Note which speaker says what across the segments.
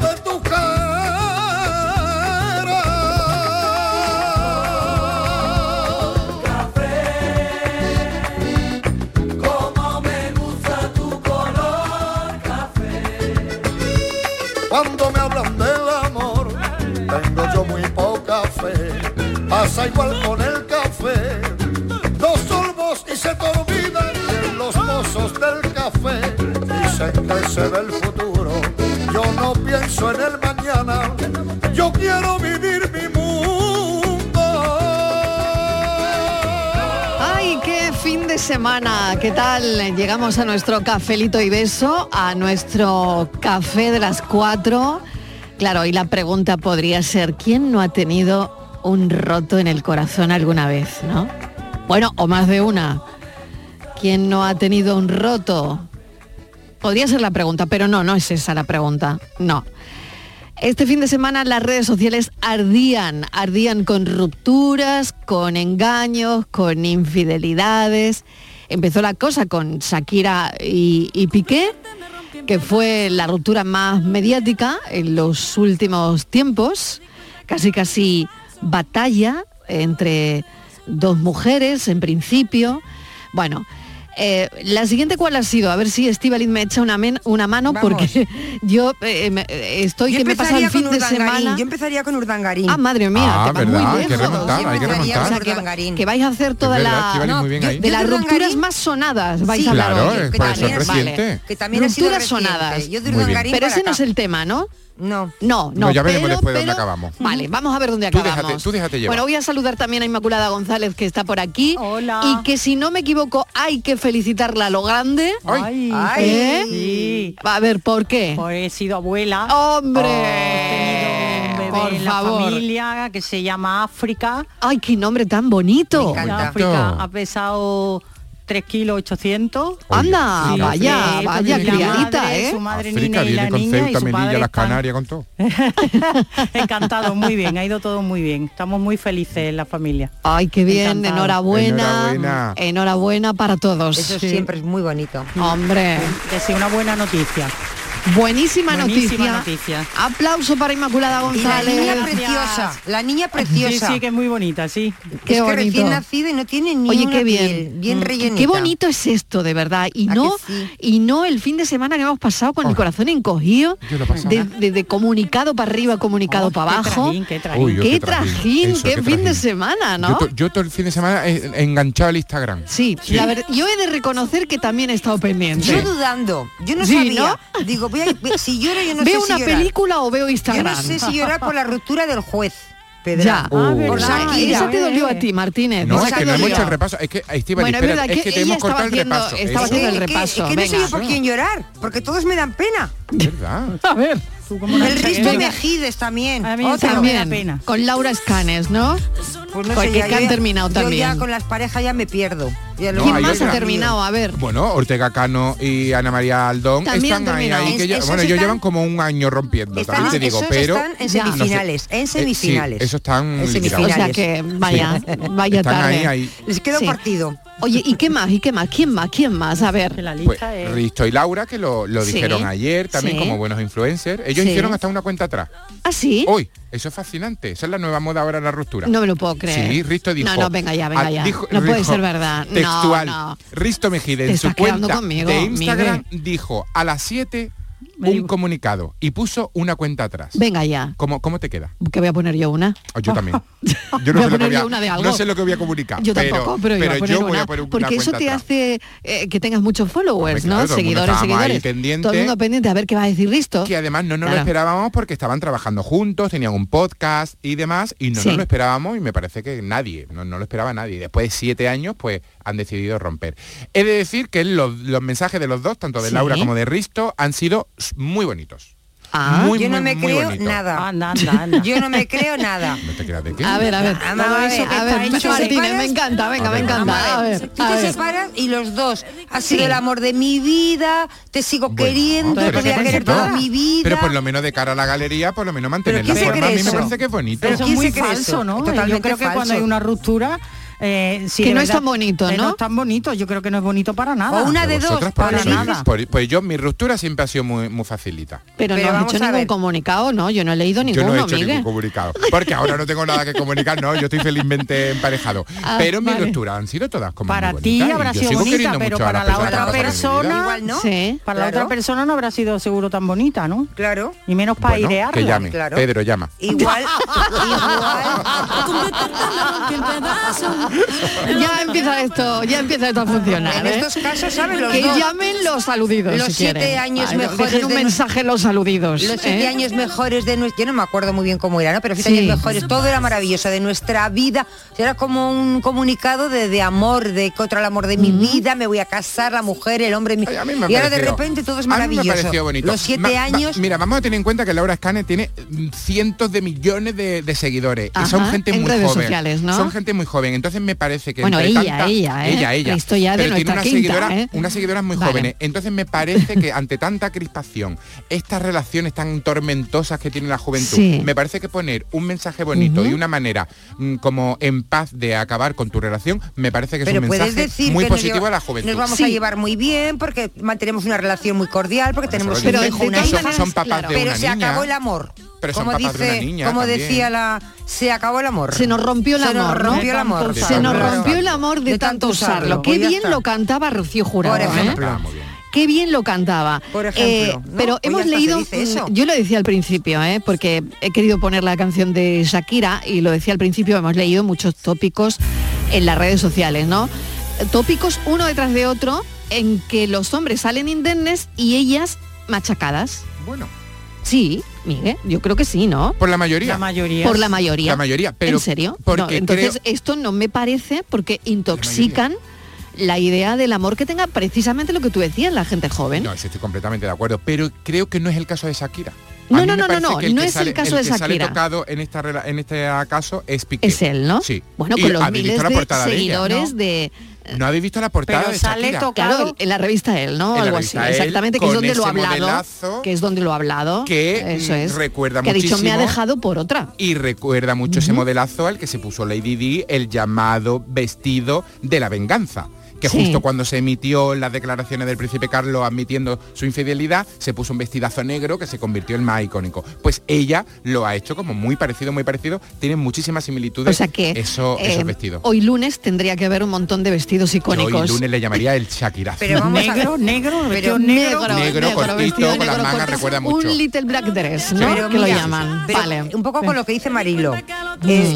Speaker 1: de tu
Speaker 2: Como me gusta tu color
Speaker 1: Cuando me hablan del amor, tengo yo muy poca fe. Pasa igual con el café. Dos sorbos y se te olvidan de los mozos del café. Dicen que se ve el futuro. Yo no pienso en el mañana. Yo quiero vivir mi mundo.
Speaker 3: ¡Ay, qué fin de semana! ¿Qué tal? Llegamos a nuestro cafelito y beso, a nuestro café de las cuatro. Claro, y la pregunta podría ser, ¿quién no ha tenido un roto en el corazón alguna vez, no? Bueno, o más de una. ¿Quién no ha tenido un roto? Podría ser la pregunta, pero no, no es esa la pregunta. No. Este fin de semana las redes sociales ardían, ardían con rupturas, con engaños, con infidelidades. Empezó la cosa con Shakira y, y Piqué, que fue la ruptura más mediática en los últimos tiempos. Casi casi batalla entre dos mujeres en principio. Bueno, eh, la siguiente cuál ha sido, a ver si Estivaliz me echa una, men- una mano
Speaker 4: Vamos.
Speaker 3: porque yo eh, me- eh, estoy
Speaker 4: Yo
Speaker 3: que me pasa el
Speaker 4: empezaría
Speaker 3: fin
Speaker 4: con
Speaker 3: de
Speaker 4: Urdangarín,
Speaker 3: semana.
Speaker 4: yo empezaría con Urdangarín.
Speaker 3: Ah, madre mía,
Speaker 5: Ah,
Speaker 3: te vas
Speaker 5: verdad,
Speaker 3: muy
Speaker 5: hay que
Speaker 3: lejos.
Speaker 5: remontar, hay que
Speaker 3: Yo empezaría
Speaker 5: remontar.
Speaker 3: con Urdangarín. que, vais a hacer toda
Speaker 5: Es verdad,
Speaker 3: la
Speaker 5: Estivaliz, muy bien
Speaker 3: yo-
Speaker 5: ahí.
Speaker 3: de las
Speaker 5: Yo de
Speaker 3: rupturas más sonadas vais
Speaker 5: Sí,
Speaker 3: a hablar
Speaker 5: claro,
Speaker 3: hoy.
Speaker 5: es- Que por eso también es ha sido- reciente.
Speaker 4: que también ha sido
Speaker 3: rupturas
Speaker 4: reciente.
Speaker 3: sonadas.
Speaker 4: Yo de Muy Urdangarín bien.
Speaker 3: Pero
Speaker 4: para
Speaker 3: ese no es
Speaker 4: acá.
Speaker 3: el tema, ¿no?
Speaker 4: No.
Speaker 3: No, no.
Speaker 5: No, Pues ya veremos
Speaker 3: pero-
Speaker 5: después
Speaker 3: pero-
Speaker 5: dónde acabamos.
Speaker 3: Vale, vamos a ver dónde
Speaker 5: Tú
Speaker 3: acabamos.
Speaker 5: déjate, tú déjate llevar.
Speaker 3: Bueno, voy a saludar también a Inmaculada González que está por aquí y que si no me equivoco hay que felicitarla a lo grande.
Speaker 6: Ay,
Speaker 3: ¿Eh?
Speaker 6: sí.
Speaker 3: A ver, ¿por qué?
Speaker 6: Pues he sido abuela. He tenido
Speaker 3: ¡Hombre!
Speaker 6: un
Speaker 3: Por
Speaker 6: bebé en la
Speaker 3: favor.
Speaker 6: familia que se llama África.
Speaker 3: Ay, qué nombre tan bonito.
Speaker 6: África ha pesado 3 kilos 800.
Speaker 3: Anda,
Speaker 6: Sí,
Speaker 3: vaya,
Speaker 6: sí,
Speaker 3: vaya
Speaker 6: porque la
Speaker 3: criadita,
Speaker 6: madre,
Speaker 3: ¿eh?
Speaker 6: Su madre
Speaker 5: África
Speaker 6: Nina y la
Speaker 5: viene con
Speaker 6: niña y
Speaker 5: Ceuta,
Speaker 6: su padre
Speaker 5: Melilla, las
Speaker 6: están
Speaker 5: Canarias, con todo.
Speaker 6: encantados, muy bien, ha ido todo muy bien. Estamos muy felices en la familia.
Speaker 3: Ay, qué bien,
Speaker 6: Encantado.
Speaker 3: enhorabuena, enhorabuena.
Speaker 6: Enhorabuena.
Speaker 3: para todos.
Speaker 4: Eso siempre es muy bonito.
Speaker 3: Hombre.
Speaker 6: Que sea una buena noticia.
Speaker 3: Buenísima,
Speaker 6: Buenísima
Speaker 3: noticia.
Speaker 6: noticia.
Speaker 3: Aplauso para Inmaculada
Speaker 4: Y la
Speaker 3: González.
Speaker 4: niña preciosa, la niña preciosa.
Speaker 6: Sí, sí, que es muy bonita, sí.
Speaker 3: Qué
Speaker 4: es que
Speaker 3: bonito.
Speaker 4: recién nacida y no tiene ni
Speaker 3: Oye,
Speaker 4: una
Speaker 3: qué bien.
Speaker 4: piel, bien
Speaker 3: Mm.
Speaker 4: rellenita.
Speaker 3: Qué bonito es esto, de verdad. Y
Speaker 4: ¿A
Speaker 3: no,
Speaker 4: que sí?
Speaker 3: y no el fin de semana que hemos pasado con el corazón encogido,
Speaker 5: Oh. Yo lo he pasado.
Speaker 3: de, de- de comunicado para arriba, comunicado
Speaker 4: Oh,
Speaker 3: para abajo.
Speaker 6: trajín, qué
Speaker 5: trajín. Uy, yo
Speaker 3: qué
Speaker 5: qué
Speaker 3: trajín,
Speaker 5: trajín. Eso,
Speaker 3: qué,
Speaker 5: qué
Speaker 3: fin de
Speaker 5: trajín.
Speaker 3: semana,
Speaker 5: Yo,
Speaker 3: Ah, ¿no?
Speaker 5: to- yo todo el fin de semana eh, enganchado al Instagram.
Speaker 3: Sí, la ver- yo he de reconocer que también he estado pendiente.
Speaker 4: Yo dudando, yo no
Speaker 3: Sí,
Speaker 4: sabía. Digo, voy a- si lloro yo no
Speaker 3: ¿Veo
Speaker 4: sé si
Speaker 3: una
Speaker 4: llorar.
Speaker 3: película o veo
Speaker 4: Yo
Speaker 3: Instagram?
Speaker 4: no sé si llorar por la ruptura del juez. Pedro.
Speaker 3: Ya.
Speaker 5: Ah,
Speaker 4: por
Speaker 5: verdad. eh.
Speaker 3: Y
Speaker 4: Shakira.
Speaker 3: esa te dolió a ti, Martínez.
Speaker 5: No,
Speaker 3: esa
Speaker 5: es que
Speaker 3: te
Speaker 5: no hemos
Speaker 3: dolió.
Speaker 5: hecho el repaso. Es que, Estivali,
Speaker 3: Bueno, es
Speaker 5: espérate,
Speaker 3: verdad
Speaker 5: es
Speaker 3: que
Speaker 5: que te
Speaker 3: ella
Speaker 5: hemos
Speaker 3: estaba
Speaker 5: cortado el
Speaker 3: haciendo-
Speaker 5: repaso.
Speaker 3: estaba
Speaker 5: Eso,
Speaker 3: haciendo- el
Speaker 4: Es que-
Speaker 3: repaso,
Speaker 4: Es que, no sé
Speaker 3: venga.
Speaker 4: yo por quién llorar, porque todos me dan pena.
Speaker 5: ¿verdad?
Speaker 3: A ver.
Speaker 4: El Risto
Speaker 3: Venga.
Speaker 4: Mejides también.
Speaker 6: A mí
Speaker 4: otro.
Speaker 3: También,
Speaker 6: me da pena.
Speaker 3: con Laura Escanes, ¿no?
Speaker 4: Pues no
Speaker 3: Porque
Speaker 4: sé, ya,
Speaker 3: que han
Speaker 4: yo ya-
Speaker 3: terminado también.
Speaker 4: Yo ya con las parejas ya me pierdo. Ya lo-
Speaker 5: No,
Speaker 3: ¿Quién
Speaker 5: hay
Speaker 3: más ha
Speaker 5: otra.
Speaker 3: terminado? A ver.
Speaker 5: Bueno, Ortega Cano y Ana María Aldón
Speaker 3: También han
Speaker 5: están ahí,
Speaker 3: terminado.
Speaker 5: ahí que
Speaker 4: Es-
Speaker 5: ya-
Speaker 4: esos
Speaker 5: bueno, ellos
Speaker 4: están-
Speaker 5: llevan como un año rompiendo,
Speaker 4: Están-
Speaker 5: también te digo,
Speaker 4: esos
Speaker 5: pero
Speaker 4: están en
Speaker 5: Ya. No sé.
Speaker 4: semifinales, en
Speaker 5: Eh, sí,
Speaker 4: semifinales.
Speaker 5: esos están
Speaker 4: En
Speaker 5: liquidados.
Speaker 3: O sea
Speaker 4: finales.
Speaker 3: que vaya, vaya
Speaker 5: Están
Speaker 3: tarde.
Speaker 5: ahí, ahí.
Speaker 4: Les queda
Speaker 3: Sí.
Speaker 4: un partido.
Speaker 3: Oye, ¿y qué más? ¿Y qué más? ¿Quién más? ¿Quién más? A
Speaker 6: Que
Speaker 3: ver.
Speaker 6: la
Speaker 5: Pues,
Speaker 6: lista es...
Speaker 5: Risto y Laura, que lo, lo
Speaker 3: Eh, Sí.
Speaker 5: dijeron ayer, también
Speaker 3: Sí.
Speaker 5: como buenos influencers. Ellos
Speaker 3: Sí.
Speaker 5: hicieron hasta una cuenta atrás.
Speaker 3: ¿Ah, sí?
Speaker 5: Hoy, eso es fascinante. Esa es la nueva moda ahora, la ruptura.
Speaker 3: No me lo puedo creer.
Speaker 5: Sí, Risto dijo.
Speaker 3: No, no, venga ya, venga
Speaker 5: ah,
Speaker 3: ya.
Speaker 5: dijo-
Speaker 3: no puede
Speaker 5: dijo
Speaker 3: ser verdad. No,
Speaker 5: Textual.
Speaker 3: no.
Speaker 5: Risto Mejide
Speaker 3: Te
Speaker 5: en su
Speaker 3: estás quedando
Speaker 5: cuenta
Speaker 3: conmigo,
Speaker 5: de Instagram
Speaker 3: Miguel.
Speaker 5: dijo a las 7 un comunicado y puso una cuenta atrás.
Speaker 3: Venga ya,
Speaker 5: ¿Cómo, cómo te queda?
Speaker 3: que voy a poner yo una.
Speaker 5: O Yo también. Yo
Speaker 3: Voy a
Speaker 5: sé lo que
Speaker 3: poner
Speaker 5: voy a-
Speaker 3: yo una de algo.
Speaker 5: no sé lo que voy a comunicar.
Speaker 3: Yo tampoco, pero, yo, voy a poner
Speaker 5: yo voy
Speaker 3: una,
Speaker 5: a poner una
Speaker 3: Porque eso
Speaker 5: cuenta
Speaker 3: te
Speaker 5: atrás.
Speaker 3: hace eh, que tengas muchos followers,
Speaker 5: Hombre, claro,
Speaker 3: ¿no?
Speaker 5: todo el mundo
Speaker 3: Seguidores,
Speaker 5: estábamos ahí
Speaker 3: seguidores.
Speaker 5: pendiente.
Speaker 3: Todo el mundo pendiente a ver qué va a decir listo.
Speaker 5: que además no nos lo
Speaker 3: Claro.
Speaker 5: esperábamos porque estaban trabajando juntos, tenían un podcast y demás, y no
Speaker 3: Sí.
Speaker 5: nos lo esperábamos y me parece que nadie, no, no lo esperaba nadie. Después de siete años, pues han decidido romper. He de decir que los, los mensajes de los dos, tanto de
Speaker 3: Sí.
Speaker 5: Laura como de Risto, han sido s- muy bonitos.
Speaker 3: Ah.
Speaker 5: muy,
Speaker 4: Yo no
Speaker 5: muy,
Speaker 4: me
Speaker 5: muy
Speaker 4: creo
Speaker 5: bonito.
Speaker 4: nada.
Speaker 6: Ah, Anda, anda, anda.
Speaker 4: Yo no me creo nada.
Speaker 5: ¿No te creas de qué?
Speaker 3: A ver, a ver.
Speaker 4: Ah, Vamos
Speaker 3: todo
Speaker 4: a
Speaker 3: eso
Speaker 4: ver,
Speaker 3: que está
Speaker 4: ver,
Speaker 3: hecho
Speaker 4: tú te
Speaker 3: Martínez, me
Speaker 4: separas-
Speaker 3: encanta, venga,
Speaker 5: A
Speaker 3: me
Speaker 5: ver,
Speaker 3: encanta. A ver,
Speaker 4: Tú
Speaker 3: a
Speaker 4: te
Speaker 3: ver.
Speaker 4: separas y los dos. Has sido el amor de mi vida, te sigo
Speaker 5: Bueno,
Speaker 4: queriendo,
Speaker 5: pero
Speaker 4: te voy
Speaker 5: eso
Speaker 4: a
Speaker 5: es
Speaker 4: querer
Speaker 5: bonito.
Speaker 4: toda mi vida.
Speaker 5: Pero por lo menos de cara a la galería, por lo menos mantener
Speaker 4: ¿quién
Speaker 5: la
Speaker 4: se
Speaker 5: forma. A
Speaker 4: cree
Speaker 5: mí me
Speaker 4: eso?
Speaker 5: parece que es bonito.
Speaker 4: Pero
Speaker 6: eso es
Speaker 4: ¿quién
Speaker 6: muy
Speaker 4: se cree
Speaker 6: falso,
Speaker 4: eso?
Speaker 6: ¿no?
Speaker 4: Totalmente
Speaker 6: yo creo que cuando
Speaker 4: falso.
Speaker 6: hay una ruptura... eh, sí,
Speaker 3: Que
Speaker 6: de
Speaker 3: no es
Speaker 6: verdad,
Speaker 3: tan bonito,
Speaker 6: eh,
Speaker 3: ¿no?
Speaker 6: es tan bonito, yo creo que no es bonito para nada.
Speaker 4: O una de dos,
Speaker 5: Vosotras, porque
Speaker 4: para
Speaker 5: sois-
Speaker 4: nada.
Speaker 5: por- pues yo, mi ruptura siempre ha sido muy, muy facilita.
Speaker 4: Pero
Speaker 3: Pero, no has
Speaker 4: vamos
Speaker 3: hecho
Speaker 4: a
Speaker 3: ningún
Speaker 4: ver.
Speaker 3: comunicado, ¿no? Yo no he leído
Speaker 5: Yo
Speaker 3: ninguno,
Speaker 5: no he hecho
Speaker 3: Miguel.
Speaker 5: ningún comunicado. Porque ahora no tengo nada que comunicar, no, yo estoy felizmente emparejado.
Speaker 3: Ah,
Speaker 5: pero mis
Speaker 3: vale.
Speaker 5: rupturas han sido todas como
Speaker 6: Para
Speaker 5: muy
Speaker 6: ti
Speaker 5: bonitas y
Speaker 6: habrá
Speaker 5: yo
Speaker 6: sido
Speaker 5: sigo
Speaker 6: bonita,
Speaker 5: queriendo
Speaker 6: pero
Speaker 5: mucho a
Speaker 6: para
Speaker 5: las
Speaker 6: la
Speaker 5: personas
Speaker 6: otra
Speaker 5: que han pasado de mi
Speaker 6: persona-
Speaker 5: vida.
Speaker 4: Igual no.
Speaker 3: Sí.
Speaker 6: Para la
Speaker 4: Claro.
Speaker 6: otra persona no habrá sido seguro tan bonita, ¿no?
Speaker 4: Claro.
Speaker 6: Y menos para
Speaker 5: Bueno,
Speaker 6: airearla.
Speaker 5: que llame.
Speaker 4: claro.
Speaker 5: Pedro, llama.
Speaker 4: Igual,
Speaker 2: Ah,
Speaker 4: igual.
Speaker 3: Ya empieza esto, ya empieza esto a
Speaker 4: En
Speaker 3: funcionar. ¿eh?
Speaker 4: estos casos, ¿sabes? Los
Speaker 3: Que
Speaker 4: dos.
Speaker 3: llamen los aludidos.
Speaker 4: Los
Speaker 3: si
Speaker 4: siete
Speaker 3: quieren.
Speaker 4: años
Speaker 3: Vale,
Speaker 4: mejores
Speaker 3: dejen un
Speaker 4: de-
Speaker 3: mensaje los aludidos.
Speaker 4: Los siete
Speaker 3: ¿eh?
Speaker 4: años mejores de nuestra... Yo no me acuerdo muy bien cómo era, ¿no? Pero siete
Speaker 3: Sí.
Speaker 4: años mejores, todo era maravilloso, de nuestra vida. Era como un comunicado de, de amor, de contra el amor de mi vida, me voy a casar, la mujer, el hombre... Mi...
Speaker 5: Ay, a mí me ha
Speaker 4: y ahora de
Speaker 5: parecido-
Speaker 4: repente todo es
Speaker 5: a mí me ha
Speaker 4: maravilloso.
Speaker 5: parecido bonito.
Speaker 4: Los
Speaker 5: Ma-
Speaker 4: siete
Speaker 5: va-
Speaker 4: años...
Speaker 5: mira, vamos a tener en cuenta que Laura Scane tiene mm, cientos de millones de, de seguidores. y son
Speaker 3: Ajá,
Speaker 5: gente
Speaker 3: en
Speaker 5: muy
Speaker 3: redes
Speaker 5: joven.
Speaker 3: sociales, ¿no?
Speaker 5: Son gente muy joven. Entonces me parece que
Speaker 3: Bueno,
Speaker 5: entre
Speaker 3: ella,
Speaker 5: tanta-
Speaker 3: ella, ¿eh?
Speaker 5: ella, ella.
Speaker 3: Esto ya de
Speaker 5: Pero tiene
Speaker 3: nuestra
Speaker 5: unas
Speaker 3: quinta,
Speaker 5: seguidoras,
Speaker 3: ¿eh?
Speaker 5: unas seguidoras muy
Speaker 3: Vale.
Speaker 5: jóvenes. Entonces me parece que ante tanta crispación, estas relaciones tan tormentosas que tiene la juventud,
Speaker 3: Sí.
Speaker 5: me parece que poner un mensaje bonito y una manera mm, como en paz de acabar con tu relación, me parece que es
Speaker 4: Pero
Speaker 5: un
Speaker 4: puedes
Speaker 5: mensaje
Speaker 4: decir
Speaker 5: muy
Speaker 4: que nos
Speaker 5: positivo
Speaker 4: lleva-
Speaker 5: a la juventud.
Speaker 4: Nos vamos a
Speaker 3: Sí.
Speaker 4: llevar muy bien porque mantenemos una relación muy cordial, porque
Speaker 5: Bueno,
Speaker 4: tenemos
Speaker 5: eso lo
Speaker 4: un
Speaker 3: Pero
Speaker 4: hijo,
Speaker 5: dicen,
Speaker 3: de
Speaker 4: una
Speaker 3: todas
Speaker 4: hija.
Speaker 5: son, son
Speaker 3: maneras,
Speaker 5: papás
Speaker 3: claro.
Speaker 5: de
Speaker 4: Pero
Speaker 5: una
Speaker 4: se
Speaker 5: niña.
Speaker 4: acabó el amor.
Speaker 5: Pero son
Speaker 4: como
Speaker 5: papás
Speaker 4: dice,
Speaker 5: de una niña
Speaker 4: como
Speaker 5: también.
Speaker 4: decía la, se acabó el amor.
Speaker 3: Se nos rompió el
Speaker 4: Se nos
Speaker 3: amor, ¿no?
Speaker 4: rompió el amor.
Speaker 6: De
Speaker 3: Se
Speaker 5: tanto
Speaker 3: nos
Speaker 5: usarlo.
Speaker 3: rompió el amor de, tanto usarlo.
Speaker 4: Pues
Speaker 3: Qué
Speaker 4: ya
Speaker 3: bien
Speaker 4: está.
Speaker 3: lo cantaba Rocío Jurado.
Speaker 4: Por
Speaker 3: ¿eh?
Speaker 4: ejemplo.
Speaker 5: Ah, muy bien.
Speaker 3: Qué bien lo cantaba. Eh,
Speaker 4: Por ejemplo, ¿no?
Speaker 3: Pero
Speaker 4: Pues ya
Speaker 3: hemos
Speaker 4: está, se
Speaker 3: leído,
Speaker 4: dice eso.
Speaker 3: mm, yo lo decía al principio, ¿eh? porque he querido poner la canción de Shakira y lo decía al principio, hemos leído muchos tópicos en las redes sociales, ¿no? Tópicos uno detrás de otro en que los hombres salen indemnes y ellas machacadas.
Speaker 5: Bueno,
Speaker 3: Sí, Miguel, yo creo que sí, ¿no?
Speaker 5: por la mayoría.
Speaker 6: La mayoría.
Speaker 3: Por la mayoría.
Speaker 5: La mayoría, pero
Speaker 3: ¿En serio?
Speaker 5: porque
Speaker 3: No, entonces
Speaker 5: creo-
Speaker 3: esto no me parece porque intoxican la idea del amor que tenga precisamente lo que tú decías, la gente joven.
Speaker 5: No, sí, estoy completamente de acuerdo, pero creo que no es el caso de Shakira. A
Speaker 3: No,
Speaker 5: mí
Speaker 3: no, no,
Speaker 5: me
Speaker 3: no,
Speaker 5: parece
Speaker 3: no,
Speaker 5: que el
Speaker 3: no
Speaker 5: que
Speaker 3: es el
Speaker 5: sale-
Speaker 3: caso de
Speaker 5: que sale
Speaker 3: Shakira.
Speaker 5: tocado en, esta, rela- en este caso es Piqué.
Speaker 3: Es él, ¿no?
Speaker 5: Sí.
Speaker 3: Bueno,
Speaker 5: Y
Speaker 3: con los
Speaker 5: habéis
Speaker 3: miles
Speaker 5: visto la
Speaker 3: de
Speaker 5: portada de ella.
Speaker 3: seguidores de...
Speaker 5: No habéis visto la portada
Speaker 6: Pero
Speaker 5: de
Speaker 6: sale
Speaker 5: Shakira.
Speaker 6: tocado.
Speaker 3: Claro, en la revista él, ¿no?
Speaker 5: En la
Speaker 3: Algo así,
Speaker 5: revista Él,
Speaker 3: exactamente, que es
Speaker 5: con
Speaker 3: donde lo ha
Speaker 5: ese
Speaker 3: hablado,
Speaker 5: modelazo
Speaker 3: que es donde lo ha hablado,
Speaker 5: que,
Speaker 3: eso
Speaker 5: mm,
Speaker 3: es,
Speaker 5: recuerda
Speaker 3: que ha dicho me ha
Speaker 5: muchísimo-
Speaker 3: dejado por otra.
Speaker 5: Y recuerda mucho ese modelazo al que se puso Lady Di, el llamado vestido de la venganza. Que
Speaker 3: Sí.
Speaker 5: justo cuando se emitió las declaraciones del príncipe Carlos admitiendo su infidelidad, se puso un vestidazo negro que se convirtió en más icónico. Pues ella lo ha hecho como muy parecido, muy parecido. Tienen muchísimas similitudes
Speaker 3: O sea que
Speaker 5: eso,
Speaker 3: eh,
Speaker 5: esos vestidos.
Speaker 3: hoy lunes tendría que haber un montón de vestidos
Speaker 5: Yo
Speaker 3: icónicos.
Speaker 5: hoy lunes le llamaría el Shakira.
Speaker 4: Pero vamos a ver.
Speaker 6: negro, negro, vestido
Speaker 4: Pero
Speaker 6: negro.
Speaker 5: negro, cortito,
Speaker 3: vestido
Speaker 5: con las
Speaker 3: negro,
Speaker 5: mangas,
Speaker 3: cortito.
Speaker 5: recuerda mucho.
Speaker 3: Un little black dress, ¿no?
Speaker 4: Pero
Speaker 3: que lo
Speaker 4: mira,
Speaker 3: llaman.
Speaker 4: pero
Speaker 3: vale. Mm.
Speaker 4: Un poco con lo que dice Marilo. es,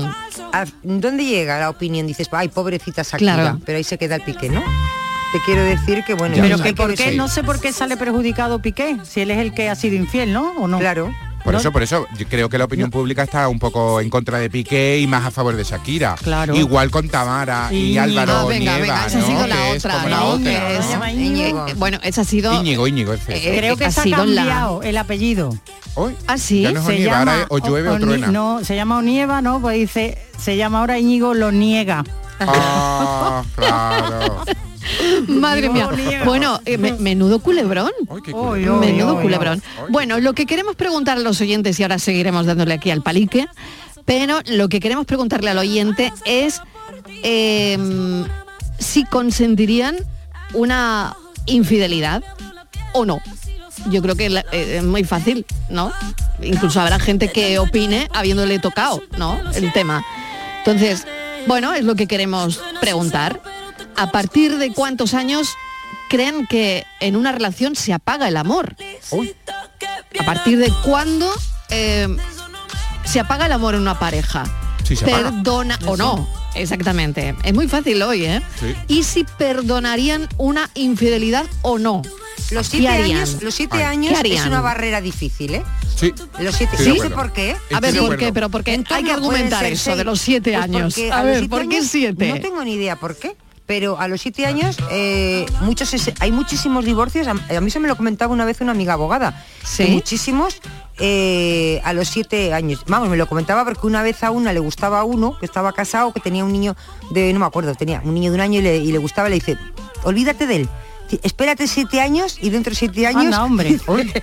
Speaker 4: a- ¿Dónde llega la opinión? Dices, ay, pobrecita Shakira,
Speaker 3: Claro.
Speaker 4: pero ahí se queda el pique, ¿no? Te quiero decir que bueno, yo
Speaker 5: Ya,
Speaker 6: Pero
Speaker 4: no
Speaker 5: sí.
Speaker 6: que
Speaker 4: sé
Speaker 6: por
Speaker 4: qué
Speaker 6: qué,
Speaker 5: Sí.
Speaker 6: no sé por qué sale perjudicado Piqué, si él es el que ha sido infiel, ¿no? ¿O no?
Speaker 4: Claro.
Speaker 5: Por
Speaker 6: No-
Speaker 5: eso, por eso, yo creo que la opinión pública está un poco en contra de Piqué y más a favor de Shakira.
Speaker 6: Claro.
Speaker 5: Igual con Tamara y
Speaker 6: Sí.
Speaker 5: Álvaro
Speaker 3: Ah, venga,
Speaker 5: Nieva,
Speaker 3: venga, esa ha
Speaker 5: ¿no?
Speaker 3: sido
Speaker 5: Que
Speaker 3: la
Speaker 5: es
Speaker 3: otra.
Speaker 5: como
Speaker 3: ¿no?
Speaker 5: la otra,
Speaker 3: Que es-
Speaker 5: ¿no?
Speaker 4: Íñigo.
Speaker 3: Eh, bueno, esa ha sido...
Speaker 5: Íñigo, Íñigo, es
Speaker 3: Eh,
Speaker 5: ese.
Speaker 6: Creo
Speaker 3: Ha
Speaker 6: que se ha
Speaker 3: sido la-
Speaker 6: cambiado el apellido.
Speaker 5: Hoy,
Speaker 3: Ah, sí,
Speaker 5: ya no es
Speaker 6: se
Speaker 5: Onieva, ahora
Speaker 6: llama
Speaker 5: es o llueve o,
Speaker 6: Oni-
Speaker 5: truena.
Speaker 6: No, se llama Onieva, ¿no? Pues dice, se llama ahora Íñigo lo niega.
Speaker 5: Ah, claro.
Speaker 3: Madre mía.
Speaker 6: Dios.
Speaker 3: Bueno, eh, me- menudo culebrón.
Speaker 5: Ay, qué
Speaker 6: Oy, oy,
Speaker 5: culo.
Speaker 3: Menudo
Speaker 6: oy.
Speaker 3: culebrón.
Speaker 5: Ay, qué
Speaker 3: Bueno, lo que queremos preguntar a los oyentes, y ahora seguiremos dándole aquí al palique, pero lo que queremos preguntarle al oyente es eh, si consentirían una infidelidad o no. Yo creo que la- eh, es muy fácil, ¿no? Incluso habrá gente que opine habiéndole tocado, ¿no? El tema. Entonces, bueno, es lo que queremos preguntar. ¿A partir de cuántos años creen que en una relación se apaga el amor?
Speaker 5: Uy,
Speaker 3: ¿A partir de cuándo eh, se apaga el amor en una pareja?
Speaker 5: Sí, se apaga.
Speaker 3: Perdona o no, exactamente. Es muy fácil hoy, ¿eh?
Speaker 5: Sí.
Speaker 3: ¿Y si perdonarían una infidelidad o no?
Speaker 4: Los
Speaker 3: ¿Qué
Speaker 4: siete
Speaker 3: harían?
Speaker 4: años, los siete
Speaker 5: Ay.
Speaker 3: ¿Qué
Speaker 4: años es
Speaker 3: harían?
Speaker 4: una barrera difícil, ¿eh?
Speaker 5: Sí.
Speaker 4: Los siete,
Speaker 5: Estoy de
Speaker 4: no sé
Speaker 5: acuerdo.
Speaker 4: por qué.
Speaker 5: Estoy
Speaker 3: A ver,
Speaker 5: de
Speaker 3: ¿por
Speaker 5: acuerdo.
Speaker 3: qué? Pero porque hay
Speaker 4: Entorno
Speaker 3: que
Speaker 4: pueden
Speaker 3: argumentar
Speaker 4: ser
Speaker 3: eso
Speaker 4: seis.
Speaker 3: de los siete
Speaker 4: Pues
Speaker 3: años.
Speaker 4: porque
Speaker 3: A
Speaker 4: los
Speaker 3: ver,
Speaker 4: siete
Speaker 3: ¿por qué
Speaker 4: años-
Speaker 3: siete?
Speaker 4: No tengo ni idea por qué. Pero a los siete años eh, muchos es- hay muchísimos divorcios. A, a mí se me lo comentaba una vez una amiga abogada.
Speaker 3: Sí.
Speaker 4: Que Muchísimos eh, a los siete años. Vamos, me lo comentaba porque una vez a una le gustaba a uno que estaba casado, que tenía un niño de, no me acuerdo, tenía un niño de un año y le, y le gustaba, le dice, olvídate de él. Ci- Espérate siete años y dentro de siete años
Speaker 6: Anda, hombre.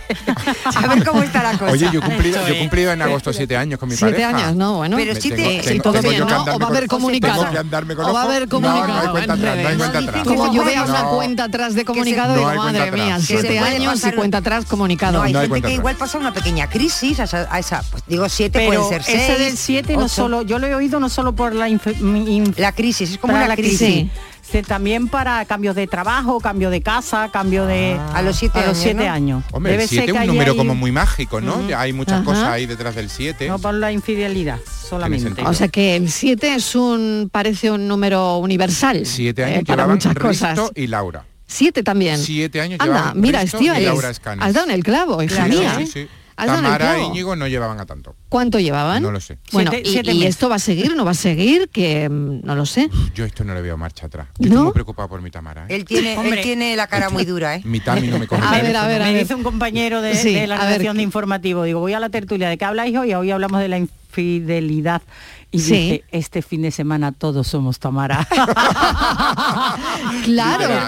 Speaker 4: a ver cómo está la cosa.
Speaker 5: Oye, yo he cumplido,
Speaker 6: Eso
Speaker 5: yo he
Speaker 6: es.
Speaker 5: cumplido en agosto siete años con mi
Speaker 3: Siete
Speaker 5: pareja.
Speaker 3: años, no, bueno.
Speaker 4: Pero
Speaker 5: Me
Speaker 4: sí
Speaker 5: tengo-
Speaker 4: te-
Speaker 5: tengo-
Speaker 4: sí,
Speaker 3: todo
Speaker 5: tengo
Speaker 3: bien,
Speaker 5: yo que
Speaker 3: ¿no?
Speaker 5: andarme
Speaker 3: O va a
Speaker 5: con-
Speaker 3: haber comunicado.
Speaker 5: Tengo que andarme con
Speaker 3: O va a
Speaker 5: ojo.
Speaker 3: haber
Speaker 5: No, no hay
Speaker 3: comunicado
Speaker 5: cuenta
Speaker 3: en
Speaker 5: atrás, no hay
Speaker 3: redes.
Speaker 5: cuenta
Speaker 4: No,
Speaker 5: atrás.
Speaker 4: dicen
Speaker 3: Como
Speaker 4: que
Speaker 3: yo
Speaker 4: se
Speaker 3: vea
Speaker 4: puede,
Speaker 3: una
Speaker 5: no.
Speaker 3: cuenta atrás de
Speaker 5: No
Speaker 3: comunicado, digo,
Speaker 5: hay cuenta
Speaker 3: madre
Speaker 5: atrás,
Speaker 3: mía,
Speaker 5: que se
Speaker 3: siete
Speaker 5: puede
Speaker 3: años y
Speaker 4: pasar-
Speaker 3: cuenta atrás comunicado.
Speaker 4: No, hay
Speaker 5: No hay
Speaker 4: gente
Speaker 5: cuenta
Speaker 4: que
Speaker 5: atrás.
Speaker 4: igual pasa una pequeña crisis a esa, a esa- pues digo siete
Speaker 6: Pero
Speaker 4: pueden ser seis.
Speaker 6: ese del 7 no
Speaker 4: ocho.
Speaker 6: solo, yo lo he oído no solo por la inf- mi- inf-
Speaker 4: la crisis, es como
Speaker 6: para
Speaker 4: una
Speaker 6: la
Speaker 4: crisis.
Speaker 6: crisis, se- también para cambios de trabajo, cambio de casa, cambio de
Speaker 4: A los siete
Speaker 6: a los
Speaker 4: años,
Speaker 6: siete
Speaker 4: ¿no?
Speaker 6: años.
Speaker 5: Ah. Hombre, el
Speaker 6: Debe
Speaker 5: 7
Speaker 6: ser que
Speaker 5: es un
Speaker 6: ahí
Speaker 5: número
Speaker 6: hay-
Speaker 5: como muy mágico, ¿no? Hay muchas
Speaker 3: Ajá.
Speaker 5: cosas ahí detrás del 7.
Speaker 6: no por la infidelidad solamente.
Speaker 5: sentido.
Speaker 3: O sea que el 7 es un parece un número universal.
Speaker 5: Siete
Speaker 3: eh,
Speaker 5: años
Speaker 3: para
Speaker 5: llevaban
Speaker 3: muchas
Speaker 5: Risto
Speaker 3: cosas.
Speaker 5: y Laura.
Speaker 3: Siete también.
Speaker 5: Siete años
Speaker 3: Anda,
Speaker 5: llevaban
Speaker 3: mira,
Speaker 5: Risto y
Speaker 3: Estíbaliz,
Speaker 5: Laura Escanes.
Speaker 3: Has dado en el clavo, hija
Speaker 5: Sí,
Speaker 3: mía.
Speaker 5: sí, sí.
Speaker 3: Has dado en el
Speaker 5: Tamara e
Speaker 3: clavo.
Speaker 5: Íñigo no llevaban a tanto.
Speaker 3: ¿Cuánto llevaban?
Speaker 5: No lo sé.
Speaker 3: Bueno,
Speaker 6: Siete-
Speaker 3: y-
Speaker 6: siete
Speaker 3: y,
Speaker 6: meses.
Speaker 3: esto va a seguir, no va a seguir, que mm, no lo sé.
Speaker 5: Yo esto no le veo marcha atrás.
Speaker 3: ¿No?
Speaker 5: Yo estoy muy preocupado por mi Tamara. ¿eh?
Speaker 4: Él tiene, él
Speaker 6: Hombre.
Speaker 4: tiene la cara muy dura, ¿eh?
Speaker 5: Mi Tami no me coge.
Speaker 3: A
Speaker 5: el
Speaker 3: ver, a
Speaker 5: teléfono.
Speaker 3: ver, a
Speaker 6: me
Speaker 3: ver.
Speaker 6: dice un compañero de,
Speaker 3: Sí,
Speaker 6: de la
Speaker 3: a ver.
Speaker 6: redacción de informativo, digo, voy a la tertulia, ¿de qué habláis hoy? Hoy hablamos de la infidelidad. Y
Speaker 3: Sí.
Speaker 6: dice, este fin de semana todos somos Tamara.
Speaker 3: Ah, Claro, claro,
Speaker 5: Literal,